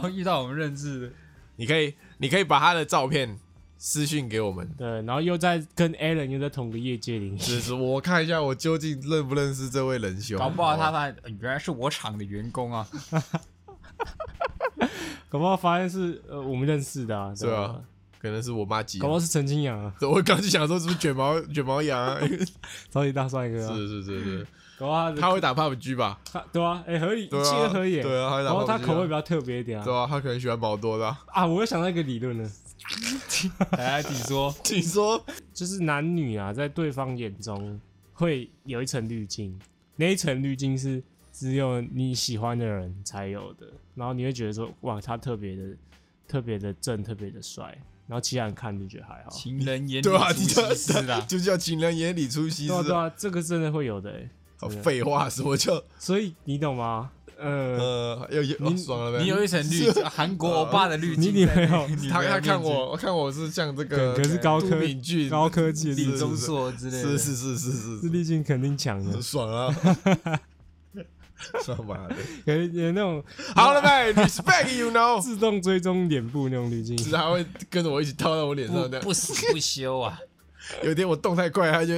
S2: <laughs>
S3: 好遇到我们认识的，
S2: 你可以，你可以把他的照片私信给我们，
S4: 对，然后又在跟 Alan 又在同个业界里，
S2: 就是我看一下我究竟认不认识这位仁兄。哦
S3: 搞不好
S2: 吧
S3: 他发现呃原来是我厂的员工啊，
S4: 搞不好发现是呃我们认识的啊，对
S2: 是
S4: 吧
S2: 啊？可能是我妈急
S4: 搞不。好是陈清扬啊， <laughs>
S2: 我刚就想说，是不是卷毛 <laughs> 卷毛羊啊？是
S4: 超级大帅哥啊，
S2: 是是是，
S4: 搞不
S2: <laughs>
S4: 好
S2: 他
S4: 他
S2: 会打 PUBG 吧？
S4: 他对啊，哎合理，一
S2: 对
S4: 切
S2: 啊，
S4: 合理，
S2: 对啊，他会打 PUBG
S4: 然后
S2: 啊
S4: 他口味比较特别一点啊
S2: 对啊，他可能喜欢毛多的
S4: <laughs>
S2: 啊。
S4: 啊！我又想到一个理论了，
S3: 来自己
S2: <laughs>
S3: 说，
S2: 你说
S4: 就是男女啊，在对方眼中会有一层滤镜，那一层滤镜是只有你喜欢的人才有的，然后你会觉得说，哇，他特别的、特别的正、特别的帅，然后其他人看就觉得还好。
S3: 情人眼里
S2: 对啊，
S3: 出
S2: 你就，
S3: 西施啦
S2: <laughs> 就叫情人眼里出西施
S4: 对啊，对
S2: 啊。
S4: 啊，这个真的会有的、欸，
S2: 好废话，什么叫
S4: 所以你懂吗？呃，
S2: 呃，又又哦爽了没？
S3: 你有一层滤镜，韩国欧巴的滤
S4: 你
S3: 镜
S4: 女
S3: 在
S4: 朋
S3: 那
S4: 友
S3: 个，你
S2: 他
S3: 朋友
S2: 他
S3: 面
S2: 看
S3: 前
S2: 我看我是像这个
S4: 可是高
S2: 都
S4: 科
S2: 敏俊
S4: 高科技的
S2: 是
S4: 滤镜，
S3: 李钟硕之类的，
S2: 是是是是是
S4: 是滤镜肯定强的
S2: 很，爽啊！ <laughs> 爽吧？
S4: 可是有那种
S2: 好了呗，respect you know， <laughs>
S4: 自动追踪脸部那种滤镜，
S2: 是啊他会跟着我一起套到我脸上的
S3: 不。不死不休啊！ <laughs>
S2: 有一天我动太快，他就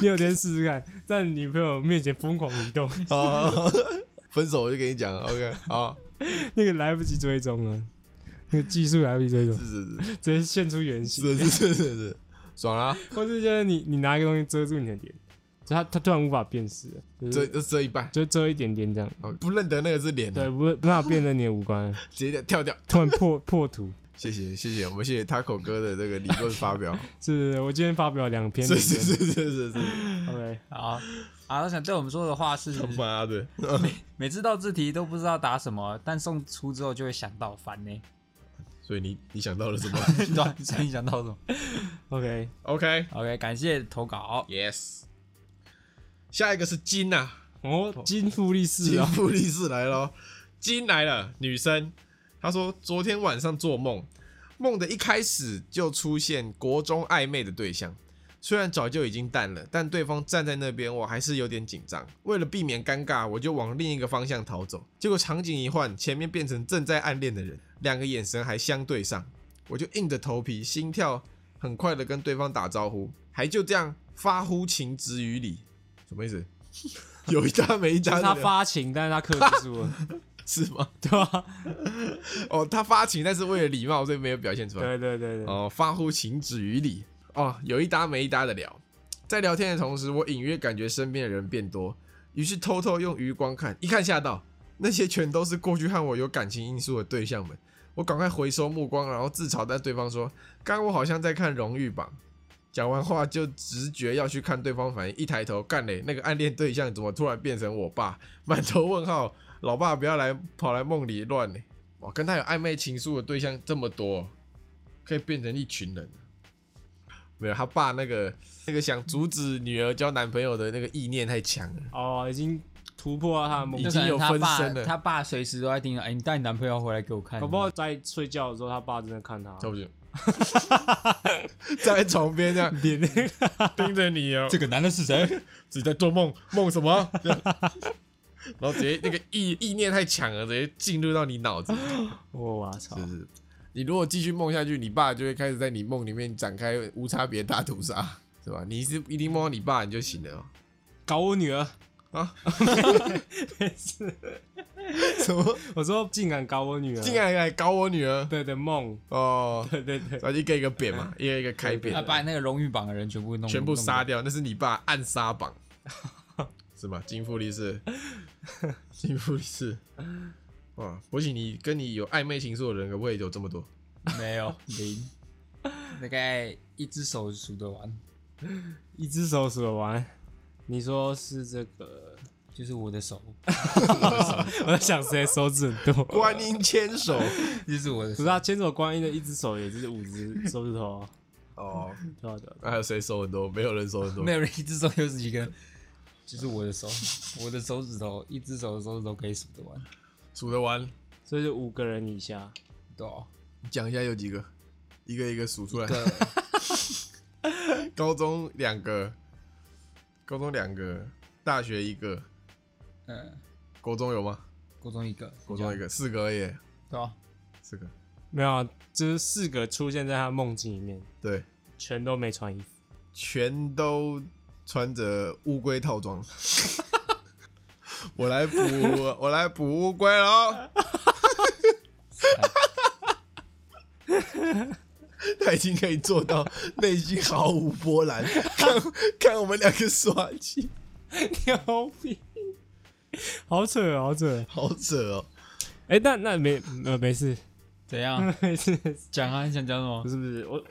S4: 你有天试试看，在你女朋友面前疯狂移动，
S2: 哦，分手我就跟你讲，OK，好，
S4: 那个来不及追踪了，那个技术来不及追踪，
S2: 是是
S4: 直接现出原形。
S2: 是是是是是是，爽啊啦！
S4: 或是就是你你拿一个东西遮住你的脸，就他他突然无法辨识了，就
S2: 遮
S4: 是
S2: 就遮一半，
S4: 就遮一点点这样，
S2: 好不认得那个是脸，啊
S4: 对，不不让它辨认你的五官，
S2: 直接跳掉。
S4: 突然破破图。
S2: 谢谢谢谢，我们谢谢 Taco 哥的这个理论发表，
S4: 是我今天发表两篇
S2: 是
S4: 论
S2: 是
S4: 文
S2: 是是是是，
S4: ，OK，
S3: 好，啊，我想对我们说的话是，
S2: 他妈的，
S3: 每次到这题都不知道答什么，但送出之后就会想到，烦呢、
S2: 所以你你想到了什么
S3: 对啊，你真的想到什么
S4: OK，
S2: ？OK，Yes，、
S3: <laughs> ？OK，感谢投稿，
S2: Yes 下一个是金呐、啊。
S4: 哦，金富力士
S2: 金
S4: 啊，
S2: 富力士来了哦，金来了，女生，她说昨天晚上做梦，梦的一开始就出现国中暧昧的对象，虽然早就已经淡了，但对方站在那边，我还是有点紧张。为了避免尴尬，我就往另一个方向逃走，结果场景一换，前面变成正在暗恋的人，两个眼神还相对上，我就硬着头皮，心跳很快的跟对方打招呼，还就这样发乎情止于理，什么意思？ <laughs> 有一搭没一
S4: 就
S2: 搭
S4: 是
S2: 的
S4: 他
S2: 聊，
S4: 发情，但是他克制住了，
S2: 是吗？
S4: 对吧？
S2: 哦，他发情，但是为了礼貌，所以没有表现出来。
S4: 对对对对，
S2: 哦，发乎情止于理。哦，有一搭没一搭的聊。在聊天的同时，我隐约感觉身边的人变多，于是偷偷用余光看，一看吓到，那些全都是过去和我有感情因素的对象们。我赶快回收目光，然后自嘲但对方说：“刚刚我好像在看荣誉榜。”讲完话就直觉要去看对方反应，一抬头干嘞，那个暗恋对象怎么突然变成我爸？ <laughs> 满头问号，老爸不要来跑来梦里乱嘞！哇，跟他有暧昧情愫的对象这么多哦、可以变成一群人。没有，他爸那个那个想阻止女儿交男朋友的那个意念太强了。
S4: 哦，已经突破了他的梦
S2: 已
S3: 就
S4: 想。
S3: 可
S2: 经有
S3: 能他
S2: 分
S3: 爸
S2: 身了
S3: 他爸随时都在盯着，哎、你带你男朋友回来给我看，
S4: 搞不好在睡觉的时候，他爸正在看他，
S2: 对不起， <laughs> 站在床边这样
S4: 脸那个
S2: 盯着你哦，
S3: 个男的是谁？
S2: <laughs> 自己在做梦，梦什么？ <laughs> 这样然后直接那个意意念太强了，直接进入到你脑子。
S4: 我操！
S2: 就是你如果继续梦下去，你爸就会开始在你梦里面展开无差别大屠杀，是吧？你是一定梦到你爸你就醒了哦、
S4: 搞我女儿 <laughs>
S2: 啊！ <laughs>
S4: 没事，
S2: 什么
S4: 我说竟敢搞我女儿，
S2: 竟然来搞我女儿
S4: 对的梦，
S2: 哦！
S4: 对对对，
S2: 然后就一个一个扁嘛，一嗯个一个开扁
S3: <laughs> 他，把那个荣誉榜的人全部弄，
S2: 全部杀
S3: 弄
S2: 掉，那是你爸暗杀榜， <laughs> 是吗？金富力
S3: <laughs>
S2: 士，金富力士，哇！博喜，你跟你有暧昧情愫的人，可不可以有这么多？
S3: 掉，没有零，大概一只手数得完。
S4: 一只手数得完，你说是这个？
S3: 就是我的手，
S4: 我在想谁手指很多？
S2: 观音牵手
S3: 就是我的
S4: 不
S3: 手
S4: 是。啊，牵手观音的一只手也是五只手指头啊，
S2: <laughs> 哦，
S4: 对啊吧？对吧
S2: 那还有谁手很多？没有人手很多
S3: 没。有人一只手有几根，就是我的手， <laughs> 我的手指头，一只手的手指头可以数得完，
S2: 数得完，
S4: 所以就五个人以下。
S3: 对哦，
S2: 你讲一下有几个，一个一个数出来。 <laughs> 高中两个，高中两个，大学一个，
S3: 嗯，
S2: 国中有吗？
S3: 国中一个，
S2: 国中一
S3: 个，
S2: 个，四个而已，
S3: 对哦，
S2: 四个。
S4: 没有啊，就是四个出现在他梦境里面，
S2: 对，
S4: 全都没穿衣服。
S2: 全都穿着乌龟套装。 <laughs> 我来捕， <laughs> 我来捕乌龟喽！ <laughs> 他已经可以做到内心毫无波澜， <laughs> 看看我们两个耍气，
S4: 牛逼， <laughs> 好扯，好扯。
S2: 好扯哦！
S4: 哎、但那没呃没 <laughs> 事
S3: <laughs> 怎样
S4: 没事，
S3: 讲啊？你想讲什
S4: 不
S3: 么？
S4: 是不是，我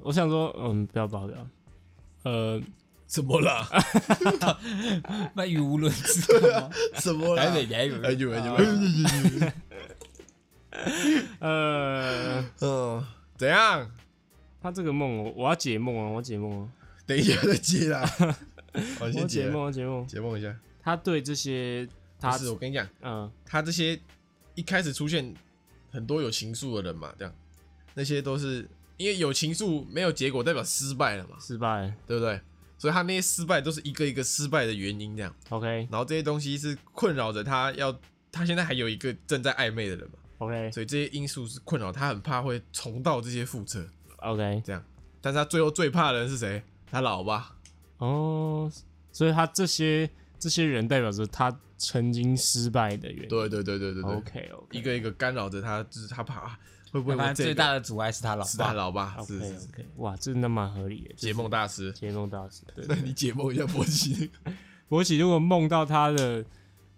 S4: 我想说，嗯，不要不要不要，呃，
S2: 怎么啦？
S4: <laughs>
S3: 那语无伦次干 <laughs> 嘛？
S2: 怎么啦？
S3: 来北来
S2: 哎
S3: 北，
S2: 呦哎呦哎呦！
S4: 啊呃，
S2: <laughs> 嗯，怎样？
S4: 他这个梦，我我要解梦啊，我要解梦啊，
S2: 等一下再接
S4: <laughs>
S2: 啦。我
S4: 我要
S2: 先
S4: 解
S2: 解
S4: 梦，我要解梦。
S2: 解梦一下。
S4: 他对这些，他
S2: 不是，我跟你讲，
S4: 嗯，
S2: 他这些一开始出现很多有情愫的人嘛，这样那些都是因为有情愫没有结果，代表失败了嘛，
S4: 失败
S2: 对不对？所以他那些失败都是一个一个失败的原因，这样，
S4: ，OK
S2: 然后这些东西是困扰着他要。他现在还有一个正在暧昧的人嘛，
S4: OK
S2: 所以这些因素是困扰他，很怕会重蹈这些覆辙，
S4: OK，
S2: 这样。但是他最后最怕的人是谁？他老爸。
S4: 哦，所以他这些这些人代表着他曾经失败的原因。
S2: 对对对对对对
S4: 哦 OK OK，
S2: 一个一个干扰着他，就是他怕啊会不会我
S3: 反正最
S2: 这
S3: 大
S2: 个
S3: 的阻碍是他老
S2: 是他
S3: <laughs> 爸。
S2: 老爸，是
S4: OK
S2: 是是
S4: OK，哇，这那蛮合理的，
S2: 解梦大师。
S4: 解梦大师。对
S2: 那你解梦一下波奇，
S4: 博喜如果梦到他的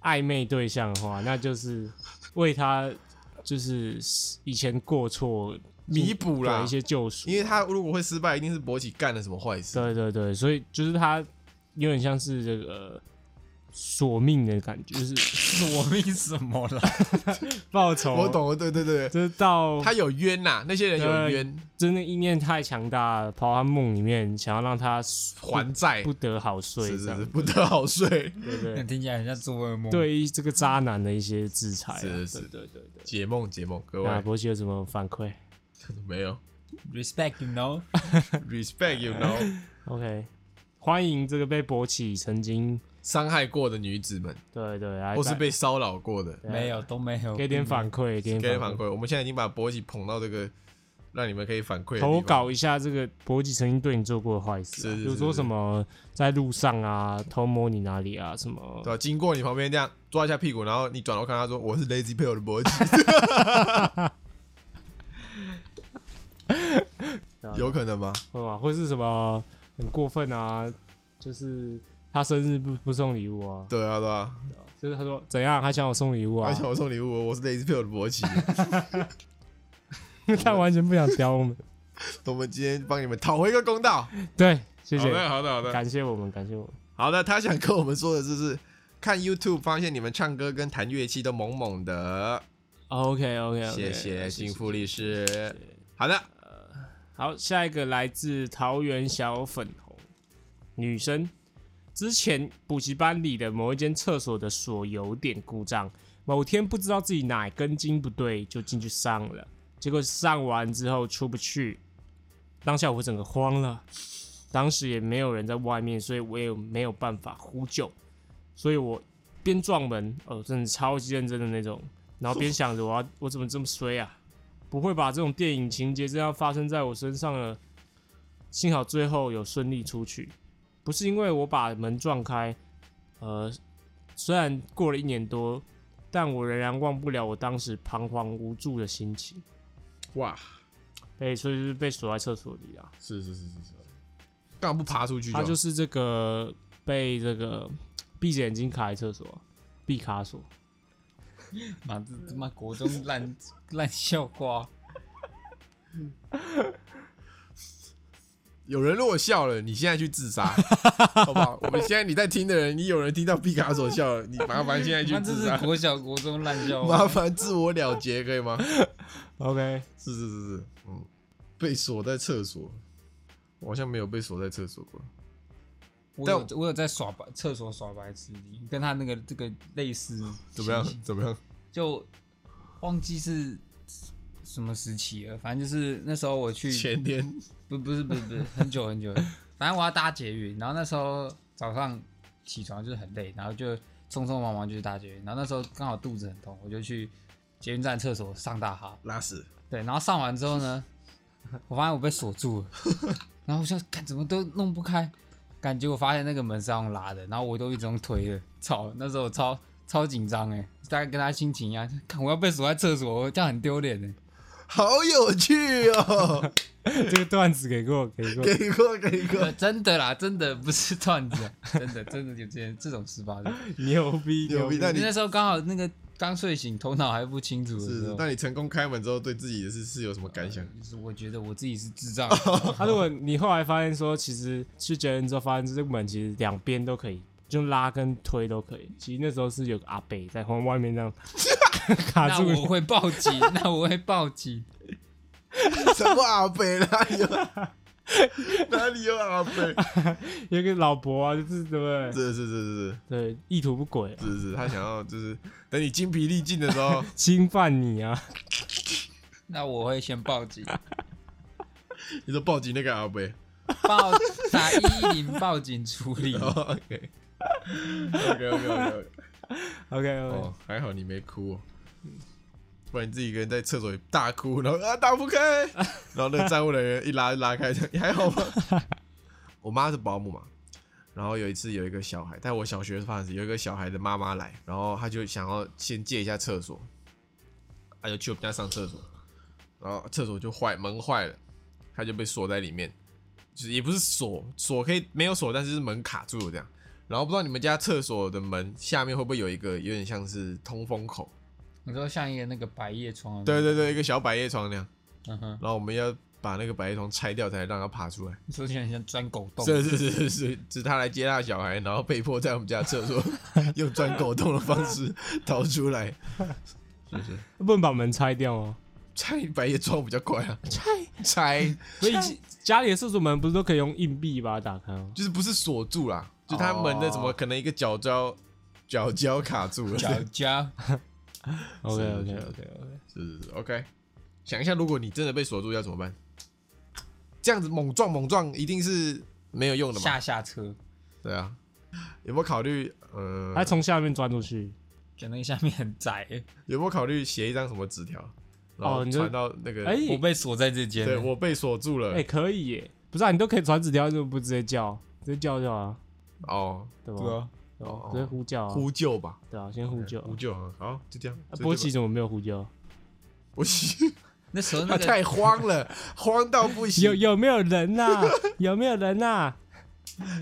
S4: 暧昧对象的话，那就是为他就是以前过错
S2: 弥补啦
S4: 对一些救赎
S2: 因。为他如果会失败，一定是博奇干了什么坏事。
S4: 对对对，所以就是他有点像是这个呃索命的感觉，
S2: <laughs>
S4: 就是
S3: 我命什么了？
S4: 报仇。
S2: 我，懂了，对对对，
S4: 就是到
S2: 他有冤呐，那些人有冤
S4: 真的意念太强大了，跑到他梦里面，想要让他不
S2: 还债
S4: 不，得好睡，
S2: 是是
S4: 这样
S2: 是，不得好睡。
S4: 对不对？
S3: 听起来很像做噩梦。，
S4: 对这个渣男的一些制裁啊，
S2: 是是
S4: 对对对对。
S2: 解梦解梦，各
S4: 那
S2: 位
S4: 博喜有什么反馈
S2: 没有
S3: respect you know，
S2: respect you
S4: <laughs>
S2: know，
S4: ？OK，欢迎这个被博起曾经
S2: 伤害过的女子们，
S4: 对对，来
S2: 或是
S4: 来
S2: 被骚扰过的，
S4: 对啊
S3: 没有都没有，
S4: 给点反馈，给
S2: 给
S4: 点
S2: 点反
S4: 馈，
S2: 馈。我们现在已经把博奇捧到这个，让你们可以反馈的地方
S4: 投稿一下这个博起曾经对你做过的坏事啊，
S2: 是
S4: 比
S2: 是
S4: 如
S2: 是
S4: 说
S2: 是
S4: 什么在路上啊，偷摸你哪里啊，什么
S2: 对吧？经过你旁边这样抓一下屁股，然后你转头看他说：“我是 Lazy p a l 的博奇。 <laughs>
S4: 对啊”
S2: 有可能吗？
S4: 会吧，或是什么很过分啊，就是他生日不不送礼物啊，
S2: 对啊，对啊，
S4: 就是他说怎样，还想我送礼物啊
S2: 而，且我送礼物，我是 Lazy p a l 的博 <laughs> 奇。
S4: <laughs> 他完全不想屌我们。
S2: 我们今天帮你们讨回一个公道。
S4: 对，谢
S2: 好
S4: 谢，
S2: 的，好的，好的。
S4: 感谢我们，感谢我们。
S2: 好的，他想跟我们说的就是，看 YouTube 发现你们唱歌跟弹乐器都猛猛的，
S4: OK OK，
S2: 谢谢幸福律师。好的，
S4: 好，下一个来自桃园小粉红女生，之前补习班里的某一间厕所的锁有点故障，某天不知道自己哪根筋不对，就进去上了，结果上完之后出不去，当下我整个慌了，当时也没有人在外面，所以我也没有办法呼救，所以我边撞门，哦，真的超级认真的那种，然后边想着我要我怎么这么衰啊。不会吧？这种电影情节这样发生在我身上了。幸好最后有顺利出去，不是因为我把门撞开。呃，虽然过了一年多，但我仍然忘不了我当时彷徨无助的心情。
S2: 哇，
S4: 哎、所以就是被锁在厕所里啊。
S2: 是是是是是，干嘛不爬出去好？
S4: 他就是这个被这个闭着眼睛卡在厕所，闭卡锁。
S3: 嗯妈这他妈国中烂 <laughs> 烂笑话。
S2: 有人如果笑了，你现在去 <laughs> 自杀，好不好？我们现在你在听的人，你有人听到毕卡索笑了，你麻烦现在 <laughs> 去
S3: 那这
S2: 自
S3: 是
S2: 杀，
S3: 国小国中烂笑
S2: 麻
S3: 话。
S2: 烦自我了结，可以吗？
S4: OK，
S2: 是是是是，嗯，被锁在厕所，我好像没有被锁在厕所过。
S3: 我有我有在耍白厕所耍白痴，跟他那个这个类似。
S2: 怎么样？怎么样？
S3: 就忘记是什么时期了，反正就是那时候我去，
S2: 前天
S3: 不不是不是不是很久很久了，反正我要搭捷运，然后那时候早上起床就是很累，然后就匆匆忙忙就去搭捷运，然后那时候刚好肚子很痛，我就去捷运站厕所上大号，
S2: 拉屎，
S3: 对，然后上完之后呢，我发现我被锁住了，
S2: <laughs>
S3: 然后我想看怎么都弄不开，感觉我发现那个门是要用拉的，然后我都一直用推的，操！那时候我超超紧张哎，大概跟他心情一样，看我要被锁在厕所，我这样很丢脸哎。
S2: 好有趣哦！ <laughs>
S4: 这个段子给过给 <laughs> 过，
S2: 给过给 <laughs> 过，
S3: 呃真的啦，真的不是段子啊，真的真的有这这种事发生。
S4: 牛逼
S2: 牛 <laughs> 逼！那你
S3: 那时候刚好那个刚睡醒，头脑还不清楚的
S2: 是
S3: 时
S2: 是
S3: 候，，
S2: 那你成功开门之后，对自己的事是有什么感想？ <laughs>
S3: 就是我觉得我自己是智障，
S4: 啊，如果你后来发现说，其实去捷运之后发现这个门其实两边都可以，就拉跟推都可以。其实那时候是有个阿北在从外面这样 <laughs> 卡
S3: 那
S4: 住
S3: 我
S4: 你，
S3: 会报警，那我会报警。
S2: 什么阿北？哪里有？ <laughs> 哪里有阿北？
S4: 有一个老伯啊，就是对不
S2: <laughs>
S4: 对？<laughs>
S2: 是是是是
S4: 对，意图不轨、啊
S2: 是是是，他想要就是等你精疲力尽的时候，
S4: 侵犯你啊！
S3: 那我会先报警，
S2: 你就抱紧那个阿北。
S3: 报打一零报警处
S2: <laughs>
S3: 理。
S2: 哦 OK OK OK OK，
S4: OK，, o
S2: 哦，还好你没哭、哦。不然你自己一个人在厕所里大哭，然后啊打不开，然后那个站务人员一拉就拉开，这样你还好吗？我妈是保姆嘛，然后有一次有一个小孩，但我小学是发生有一个小孩的妈妈来，然后她就想要先借一下厕所，她就去我们家上厕所，然后厕所就坏门坏了，她就被锁在里面，就是也不是锁锁可以没有锁，但是是门卡住了这样。然后不知道你们家厕所的门下面会不会有一个有点像是通风口？
S3: 你说像一个那个百叶窗，
S2: 对，对对，一个小百叶窗那样。
S3: 嗯哼，
S2: 然后我们要把那个百叶窗拆掉，才让它爬出来。
S3: 你说就很像钻狗
S2: <laughs>
S3: 洞，
S2: 是是是是是，是他来接他的小孩，然后被迫在我们家厕所 <laughs> 用钻狗洞的方式逃出来，是不是？
S4: 不能把门拆掉哦。
S2: 拆百叶窗比较快啊，拆拆
S4: 所以家里的厕所门不是都可以用硬币把它打开吗？
S2: 就是不是锁住啦，就他门的什么可能一个角胶角胶卡住了，
S3: 脚家
S4: OK
S2: 是
S4: OK
S2: 是
S4: OK OK，
S2: 是是是，OK。想一下，如果你真的被锁住要怎么办？这样子猛撞猛撞一定是没有用的嘛？
S3: 下下车，
S2: 对啊，有没有考虑呃
S4: 他，从下面钻出去，
S3: 可能下面很
S2: <laughs>
S3: 窄，
S2: 有没有考虑写一张什么纸条，然
S4: 哦
S2: 后
S4: 你就
S2: 传到那个？
S4: 哎、
S3: 我被锁在这间
S2: 对
S3: 了。
S2: 我被锁住了
S4: 哎、。可以耶！不是啊，你都可以传纸条，为什么不直接叫？直接叫就好啊，
S2: 哦，
S4: 对吧？
S3: 对啊，
S4: 对吧
S2: 哦
S4: 直接呼叫啊，
S2: 呼救吧，
S4: 对啊，先呼叫啊。
S2: 呼救啊！好，就这样。
S4: 啊
S2: 就
S4: 波
S2: 这
S4: 奇
S2: 样吧，
S4: 怎么没有呼叫？
S2: 波
S4: <laughs>
S2: 奇，
S3: 那时候那
S2: 他
S3: 个
S2: 啊
S3: <laughs>
S2: 太慌了，慌到不
S4: 有
S2: 行，
S4: 有没有人呐、 <laughs> 有没有人呐、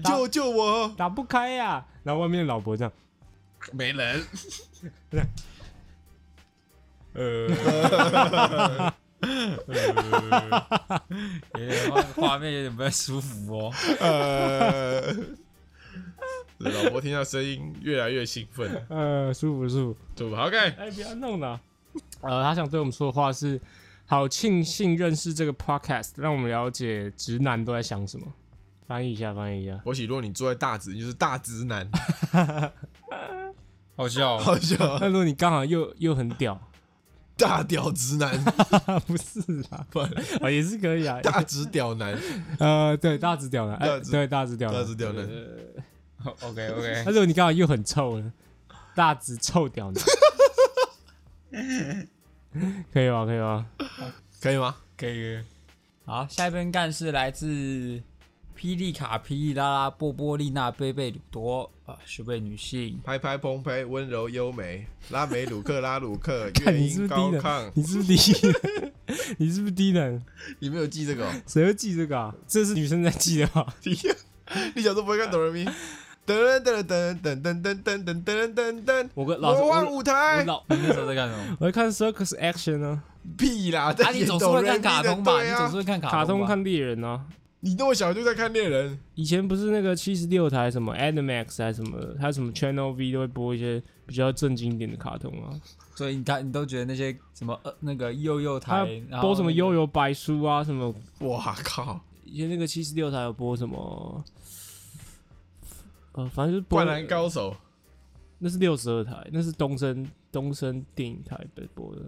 S2: 救救我！
S4: 打不开呀、然后外面的老伯这样，
S2: 没人，
S3: 呃
S2: <laughs>
S3: <laughs> 有点画画面有点不太舒服哦。
S2: 呃， <laughs> 老婆听到声音越来越兴奋，
S4: 呃，舒服舒服。
S2: 走吧，OK。
S4: 哎，不要弄了。呃，他想对我们说的话是：好庆幸认识这个 podcast，让我们了解直男都在想什么。翻译一下，翻译一下。
S2: 我喜，如果你坐在大直，你就是大直男，
S3: 好笑
S2: <laughs>
S3: 哦，
S2: 好笑哦，
S4: 那如果你刚好又又很屌，
S2: 大屌直男，
S4: 啊， <laughs> 不是啦， <laughs>
S2: 不然
S4: 啊，也是可以啊。
S2: 大直屌
S3: <laughs>
S2: 男，
S4: 呃，对，大直屌男，哎、
S2: 大直
S4: 对，大直屌
S2: 大
S4: 男
S2: 直。屌男，
S3: OK
S4: 那
S3: OK，
S4: 如果你刚好又很臭呢？大直臭屌男。可以吧？可以吧？
S2: 可以吗？
S3: 可以。好，下一篇干事来自霹雳卡、霹雳拉拉、波波丽娜、贝贝鲁多啊，十位女性。
S2: 拍拍蓬佩，温柔优美，拉美鲁克拉鲁
S3: <laughs>
S2: 克，
S4: 看
S2: 乐
S4: 你是不
S2: 音
S4: 是
S2: 高
S4: 低能
S2: 亢？。
S4: 你是不是低能？ <laughs> 你是不是低能？
S2: 你没有记这个、哦？
S4: 谁会记这个啊？这是女生在记的啊吧？
S2: 你你小时候不会看哆来咪？噔噔噔噔噔噔噔噔噔噔噔，
S4: 我跟老师
S2: 魔幻
S4: 我
S2: 舞
S3: 我
S2: 台，
S3: 老，你那时候在干什么？
S4: <laughs> 我在看 Circus Action 呢、
S2: 屁啦！
S3: 啊，
S2: 在
S3: 你
S2: 演
S3: 总是
S2: 哆
S3: 会
S2: 来咪
S3: 看卡
S2: 的
S3: 通吧？
S2: 对
S3: 你
S2: 啊
S3: 总是会看卡
S4: 卡通
S3: 吧？
S4: 看猎人啊，
S2: 你那么小就在看猎人，
S4: 以前不是那个七十六台什么 Animax 还是什么的，它什么 Channel V 都会播一些比较正经一点的卡通啊，
S3: 所以你看，你都觉得那些什么呃那个幼幼
S4: 它
S3: 台，然后
S4: 播什么
S3: 那个
S4: 悠游白书啊，什么
S2: 哇靠！
S4: 以前那个七十六台有播什么，呃，反正就是播
S2: 灌篮高手，
S4: 那是六十二台，那是东森东森电影台被播的。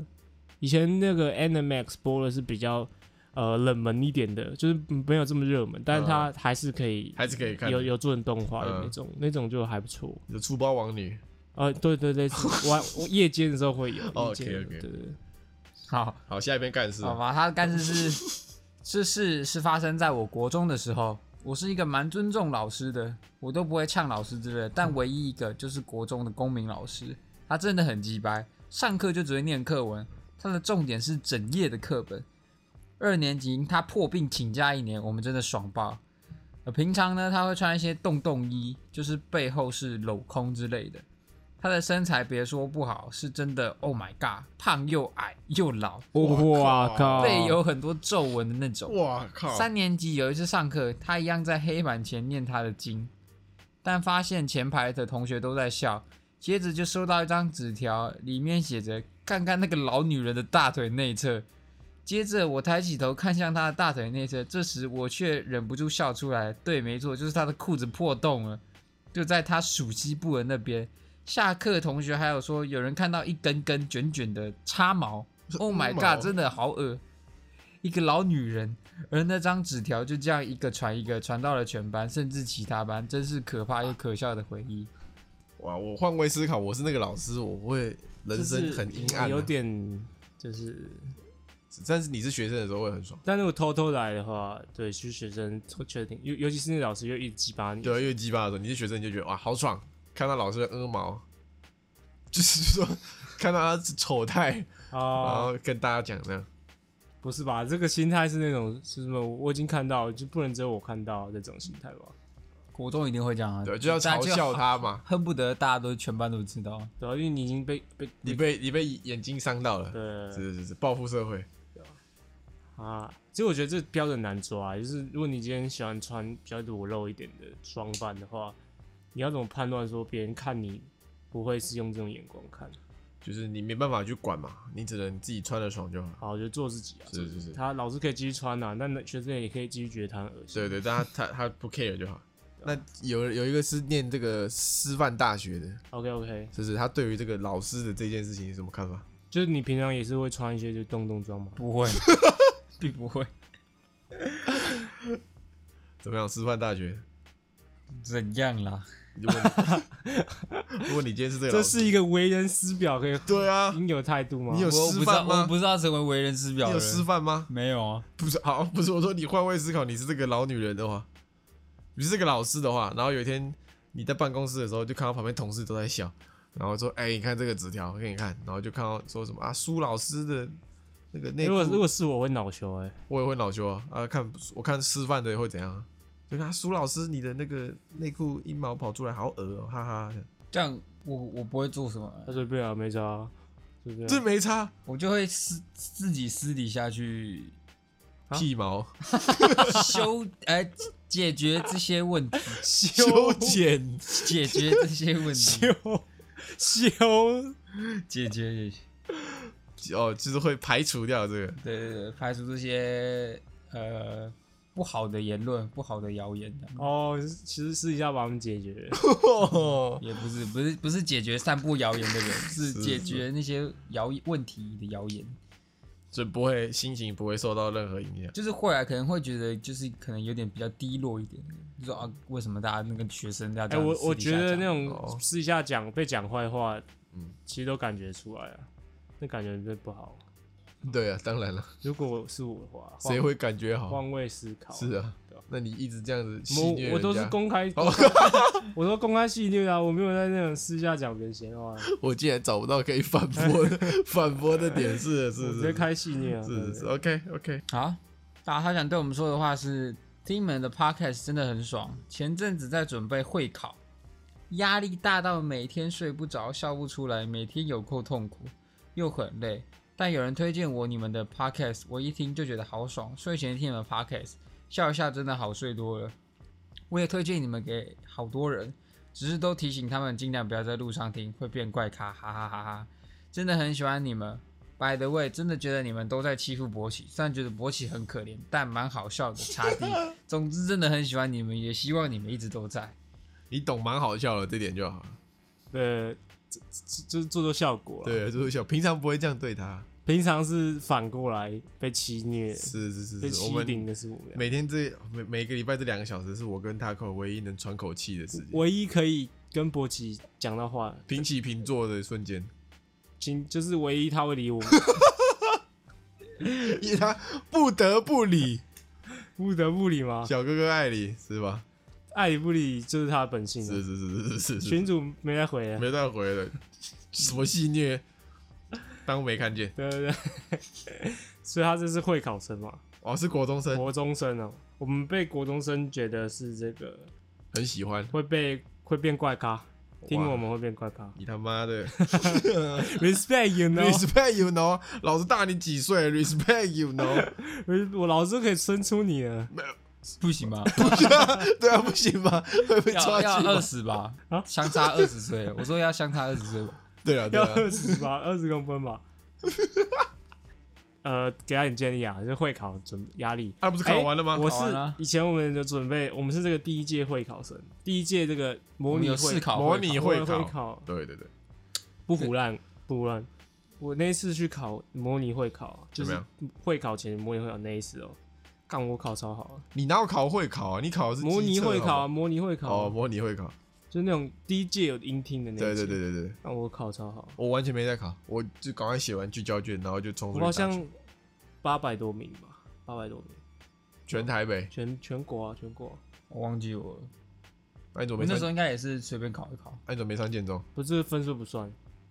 S4: 以前那个 Animax 播的是比较呃冷门一点的，就是没有这么热门，但是它还是可以
S2: 还是可以嗯看的。
S4: 有有做成动画的
S2: 嗯
S4: 那种，那种就还不错。
S2: 有粗包王女，
S4: 呃，对对对，是晚我夜间的时候会有。
S2: 哦
S4: 夜间的
S2: OK，OK
S4: 对对对
S3: 好
S2: 好，下一篇干事。哦
S3: 好吧，他的干事是 <laughs> 是是是发生在我国中的时候。我是一个蛮尊重老师的，我都不会呛老师之类的。但唯一一个就是国中的公民老师，他真的很鸡掰，上课就只会念课文，他的重点是整页的课本。二年级他破病请假一年，我们真的爽爆。呃，平常呢他会穿一些洞洞衣，就是背后是镂空之类的。他的身材别说不好，是真的，Oh my god，胖又矮又老，
S4: 哇靠！
S3: 背有很多皱纹的那种。
S2: 哇靠！
S3: 三年级有一次上课，他一样在黑板前念他的经，但发现前排的同学都在笑，接着就收到一张纸条，里面写着“看看那个老女人的大腿内侧”。接着我抬起头看向她的大腿内侧，这时我却忍不住笑出来。对，没错，就是她的裤子破洞了，就在她属膝部的那边。下课同学还有说，有人看到一根根卷卷的插毛。Oh <laughs> my
S2: 毛
S3: god！真的好恶，一个老女人。而那张纸条就这样一个传一个，传到了全班，甚至其他班，真是可怕又可笑的回忆。
S2: 哇，我换位思考，我是那个老师，我会人生很阴暗、啊。
S4: 有，点就是，
S2: 但是你是学生的时候会很爽。
S4: 但如果偷偷来的话，对，就是学生会确定，尤尤其是那老师又一直激巴你，
S2: 对啊，越鸡巴的时候，你是学生你就觉得哇好爽，看到老师的鹅毛，就是说看到他丑态，然
S4: 啊，
S2: 后跟大家讲这样。
S4: 不是吧？这个心态是那种是什么？我已经看到，就不能只有我看到那种心态吧？
S3: 国中一定会这样啊，
S2: 对，就要
S3: 大
S2: 嘲
S3: 家
S2: 笑，他嘛。
S3: 恨不得大家都全班都知道。
S4: 对啊，因为你已经被被
S2: <laughs> 你被你被眼睛伤到了，
S4: 对
S2: 是是是，报复社会。
S4: 啊，其实我觉得这标准难抓，就是如果你今天喜欢穿比较裸露一点的装扮的话，你要怎么判断说别人看你不会是用这种眼光看？
S2: 就是你没办法去管嘛，你只能自己穿的爽就好。
S4: 好，我觉得做自己啊，
S2: 是是是
S4: 他老师可以继续穿啊，那学生也可以继续觉得他很恶心。
S2: 对对，但他他他不 care 就好。
S3: 啊
S2: 那有有一个是念这个师范大学的，
S4: OK OK，
S2: 就是他对于这个老师的这件事情有什么看法？
S4: 就是你平常也是会穿一些就洞洞装
S2: <laughs>
S4: 嘛？
S3: 不会， <laughs> 并不会。
S2: 怎么样？师范大学，
S3: 怎样啦？
S2: 如果 <laughs> 如果你今天是这个
S4: 这
S2: 老师，
S4: 是一个为人师表可以
S2: 对啊，
S4: 应有态度吗？
S2: 你有
S3: 我
S2: 师
S3: 不知道，
S2: 范
S3: 我
S2: 吗？
S3: 不知道成为为人师表
S2: 你有
S3: 的人。
S2: 师范吗？
S3: 没有啊？
S2: 不是，好，不是，我说你换位思考，你是这个老女人的话，你是这个老师的话，然后有一天你在办公室的时候，就看到旁边同事都在笑，然后说：“哎、你看这个纸条，我给你看。”然后就看到说什么啊，苏老师的那个内
S4: 如果如
S2: 裤，
S4: 果是我我会恼羞哎、
S2: 我也会恼羞啊。啊，看我看师范的会怎样啊？就看苏老师你的那个内裤阴毛跑出来，好恶哦、哈哈。
S3: 这样我我不会做什么，
S4: 他随便啊，没啥，对不
S2: 这
S4: 对？
S2: 没差，
S3: 我就会私自己私底下去
S2: 屁毛
S3: 修哎、解决这些问题，
S4: <laughs>
S2: 修剪，
S3: 解决这些问题，
S4: 修修，
S3: 解决
S2: 哦，就是会排除掉这个。
S3: 对对对，排除这些呃不好的言论、不好的谣言，
S4: 哦，其实私底下把他们解
S2: <laughs>
S4: 决。
S2: 哦
S3: 也不是不是不是解决散布谣言的人，是解决那些谣问题的谣言。
S2: 就不会心情不会受到任何影响。
S3: 就是后来可能会觉得，就是可能有点比较低落一点，就说啊，为什么大家那个学生要这
S4: 哎、
S3: 样
S4: 我
S3: 私
S4: 我
S3: 底下
S4: 觉得
S3: 讲
S4: 那
S2: 哦
S4: 种私底下讲被讲坏话，
S2: 嗯
S4: 其实都感觉出来啊，那感觉就不好。
S2: 对啊，当然了，
S4: 如果是我的话，换
S2: 谁会感觉好？
S4: 换位思考？
S2: 是啊
S4: 对啊，
S2: 那你一直这样子戏虐
S4: 我我都是
S2: 人家
S4: 公开，
S2: 哦
S4: 我都公开 <laughs> 戏虐啊，我没有在那种私下讲别人闲话啊，
S2: 我竟然找不到可以反驳 <laughs> 的反驳的点，是的
S4: 我
S2: 是
S4: 直
S2: 是
S4: 接
S2: 是
S4: 开戏虐啊。对
S2: 是
S4: 不
S2: 是
S4: 对
S2: ，OK OK，
S3: 好，大家想对我们说的话是：听你们的 podcast 真的很爽。前阵子在准备会考，压力大到每天睡不着、笑不出来，每天有够痛苦，又很累。但有人推荐我你们的 podcast，我一听就觉得好爽。睡前听你们 podcast，笑一笑真的好睡多了。我也推荐你们给好多人，只是都提醒他们尽量不要在路上听，会变怪咖，哈哈哈哈！真的很喜欢你们。By the way，真的觉得你们都在欺负博奇，虽然觉得博奇很可怜，但蛮好笑的。差
S2: <laughs>
S3: 地，总之真的很喜欢你们，也希望你们一直都在。
S2: 你懂蛮好笑的，这点就好了。
S4: 呃，这这这做做效果啦。啊
S2: 对，就是小平常不会这样对他，
S4: 平常是反过来被欺虐、
S2: 是是是
S4: 被
S2: 是，我
S4: 欺
S2: 们
S4: 凌的是我们俩，
S2: 每天这每每个礼拜这两个小时是我跟 Taco 唯一能喘口气的时间，
S4: 唯一可以跟博奇讲到话，
S2: 平起平坐的瞬间，
S4: 亲就是唯一他会理
S2: <laughs>
S4: 我们，
S2: 因为他不得不理
S4: 不得不理吗？
S2: 小哥哥爱理是吧？
S4: 爱理不理就是他的本性啊。
S2: 是是是是是是，
S4: 群主没来回啊，
S2: 没再回了，什么戏虐，当没看见
S4: 对对对， <laughs> 所以他这是会考生嘛，
S2: 哦，是国中生，
S4: 国中生哦、我们被国中生觉得是这个
S2: 很喜欢，
S4: 会被会变怪咖，听
S2: 哇
S4: 我们会变怪咖
S2: 你他妈的
S4: ，respect
S2: <laughs>
S4: you know，
S2: respect you know，老子大你几岁，respect you know，
S4: 我老师可以生出你了，
S3: 不行吗？
S2: 对 <laughs> 啊，不行吗？会被抓
S3: 要要
S2: 去吗
S3: 二？十吧
S4: 啊，
S3: 相差二十岁。我说要相差二十岁吧。
S2: 对啊，对
S4: 要
S2: 啊，
S4: 二十吧，二十公分吧。 <laughs> 呃，给他点建议啊，就会考准压力。
S2: 他不是考完了吗？
S4: 哎我
S3: 考完
S4: 是
S3: 了
S4: 以前我们就准备，我们是这个第一届会考生，第一届这个模拟
S3: 我们有
S4: 会
S3: 试考
S2: 模
S3: 会
S2: 拟
S4: 会
S2: 考，
S4: 考
S2: 对对对，
S4: 不胡乱不胡乱。我那一次去考模拟会考，就
S2: 怎
S4: 是
S2: 么
S4: 会考前模拟会考那一次哦，干我考超好，
S2: 你哪有考会考啊？你考的是
S4: 模拟
S2: 机测
S4: 会考
S2: 好
S4: 啊，
S2: 不
S4: 模拟会
S2: 好哦，
S4: 考啊，
S2: 模拟会考，
S4: 就那种第一届有音听的那一
S2: 对对
S4: 届
S2: 对，对对，
S4: 干我考超好，
S2: 我完全没在考，我就赶快写完聚焦卷，然后就冲出
S4: 我
S2: 去
S4: 好
S2: 打球
S4: 像八百多名吧，八百多名，
S2: 全台北，
S4: 全全国啊，全国啊、
S3: 我忘记我了，
S2: 那你怎
S3: 我
S2: 么没
S3: 那
S2: 穿
S3: 时？候应该也是随便考一考。
S2: 那你怎么没穿建中？
S4: 不是分数
S2: <laughs>
S4: 不算，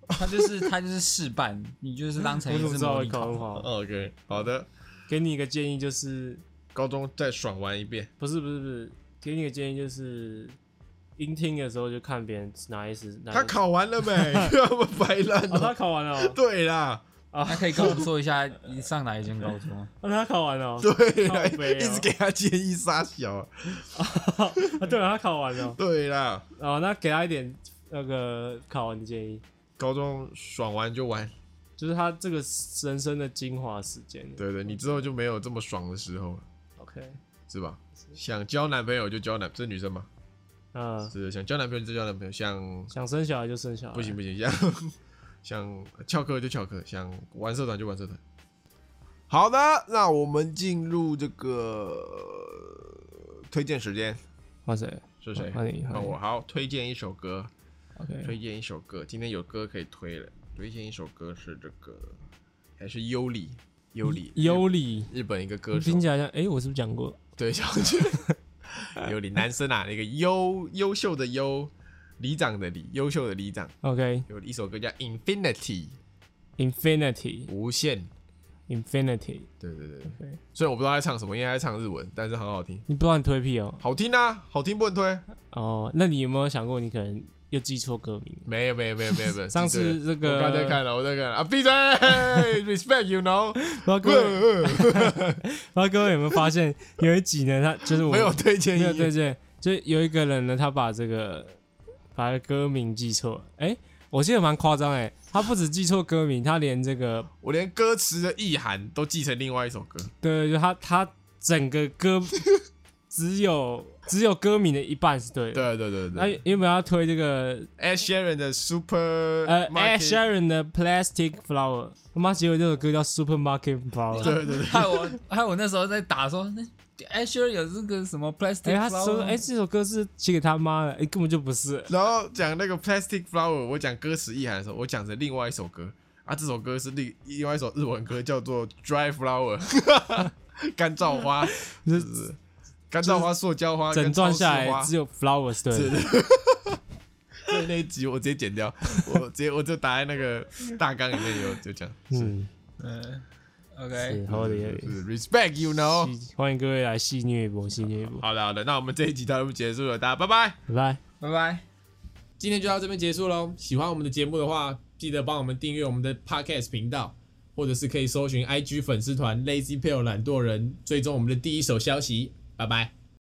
S3: 他就是他就是试办，你就是当
S2: 哎
S3: 成
S4: 我
S3: 一
S4: 怎么
S3: 次
S4: 知道
S3: 模
S4: 我
S3: 拟
S4: 考
S3: 考
S4: 很。好？
S2: OK，好的，
S4: <laughs> 给你一个建议就是，
S2: 高中再爽玩一遍。
S4: 不是不是不是，给你一个建议就是，音听的时候就看别人哪一时哪一
S2: 他
S4: 时
S2: 考完了没？要不白烂
S4: 嗯哦，他
S2: 了。
S4: 考完了哦、
S2: 对啦，
S3: 他可以跟我们说一下你上哪一间高中啊？
S2: <laughs>
S4: 哦，他考完了哦、
S2: 对啦，
S4: 靠北哦
S2: 一直给他建议杀小。
S4: 啊， <laughs> 对啊，他考完了。
S2: 对啦，
S4: 哦，那给他一点那个考完的建议，
S2: 高中爽完就玩。
S4: 就是他这个人生的精华时间。
S2: 对对，你之后就没有这么爽的时候了，
S4: ，OK，
S2: 是吧？想交男朋友就交男，这是女生吗？
S4: 嗯、
S2: 是想交男朋友就交男朋友，想
S4: 想生小孩就生小孩，
S2: 不行不行，想想翘课就翘课，想玩社团就玩社团。好的，那我们进入这个呃推荐时间，
S4: 换谁
S2: 是谁？
S4: 换你换
S2: 那
S4: 你
S2: 我好推荐一首歌，
S4: ？OK，
S2: 推荐一首歌，今天有歌可以推了。推荐一首歌是这个，还是优里？优里，
S4: 尤里，
S2: 日本一个歌手
S4: 听，起来像，哎、我是不是讲过？
S2: 对，小姐， <laughs> 优里，男生啊，那个优优秀的优，里长的里，优秀的里长，有一首歌叫《Infinity》，
S4: OK，Infinity，Infinity，、
S2: 无限。对对对，对
S4: OK
S2: 虽然我不知道他在唱什么，因为他在唱日文，但是很好听，
S4: 你不知道你推屁哦、
S2: 好听啊，好听不能推。
S4: 哦，那你有没有想过你可能又记错歌名？
S2: 没有没有没有没有没有，
S4: <laughs> 上次
S2: 记对了
S4: 这个
S2: 我刚才看了，我在看了啊，
S4: <laughs>
S2: 闭嘴，respect you know，
S4: 不知道各位，
S2: <laughs>
S4: 不知道各位有没有发现，有一集呢，他就是
S2: <laughs>
S4: 我
S2: 没
S4: 们
S2: 有推荐
S4: 没有对
S2: 音，
S4: 对，就有一个人呢，他把这个把歌名记错了。哎、我记得蛮夸张哎，他不止记错歌名，他连这个
S2: 我连歌词的意涵都记成另外一首歌，
S4: 对，就他他整个
S2: <laughs>
S4: 歌只有只有歌名的一半是对的。
S2: 对对对
S4: 那
S2: 对
S4: 原本要推这个
S2: ，Ed Sheeran 的 Super
S4: 呃 Ed
S2: Market，
S4: Sheeran 的 Plastic Flower，他妈结果这首歌叫 Supermarket Flower。
S2: 对对对，
S3: 害我害我那时候在打说，那哎，s h r 有这个什么 plastic
S4: 哎、他
S3: flower
S4: 说，哎、这首歌是写给他妈的，哎、根本就不是。
S2: 然后讲那个 Plastic Flower，我讲歌词意涵的时候，我讲成另外一首歌啊，这首歌是另另外一首日文歌，叫做 Dry
S4: <laughs>
S2: Flower，干燥花，
S4: 就是
S2: 干燥花、塑胶花，
S4: 整段下
S2: 跟超啊
S4: 来
S2: 市
S4: 只有 flowers 对的，
S2: 花所以那一集 <laughs> 我直接剪掉，我直接我就打在那个大纲里面有就讲，
S4: 嗯，
S3: 嗯
S4: 是
S3: ，OK，
S4: 好的，
S2: 是 Respect you know。
S4: 戏欢迎各位来戏虐一波，戏虐一波，
S2: 好的好的，那我们这一集到这边结束了，大家拜拜。
S4: 拜拜。
S3: 拜拜。
S1: 今天就到这边结束喽。喜欢我们的节目的话，记得帮我们订阅我们的 Podcast 频道，或者是可以搜寻 IG 粉丝团 Lazy p a l e 懒惰人，追踪我们的第一手消息。
S2: 拜拜。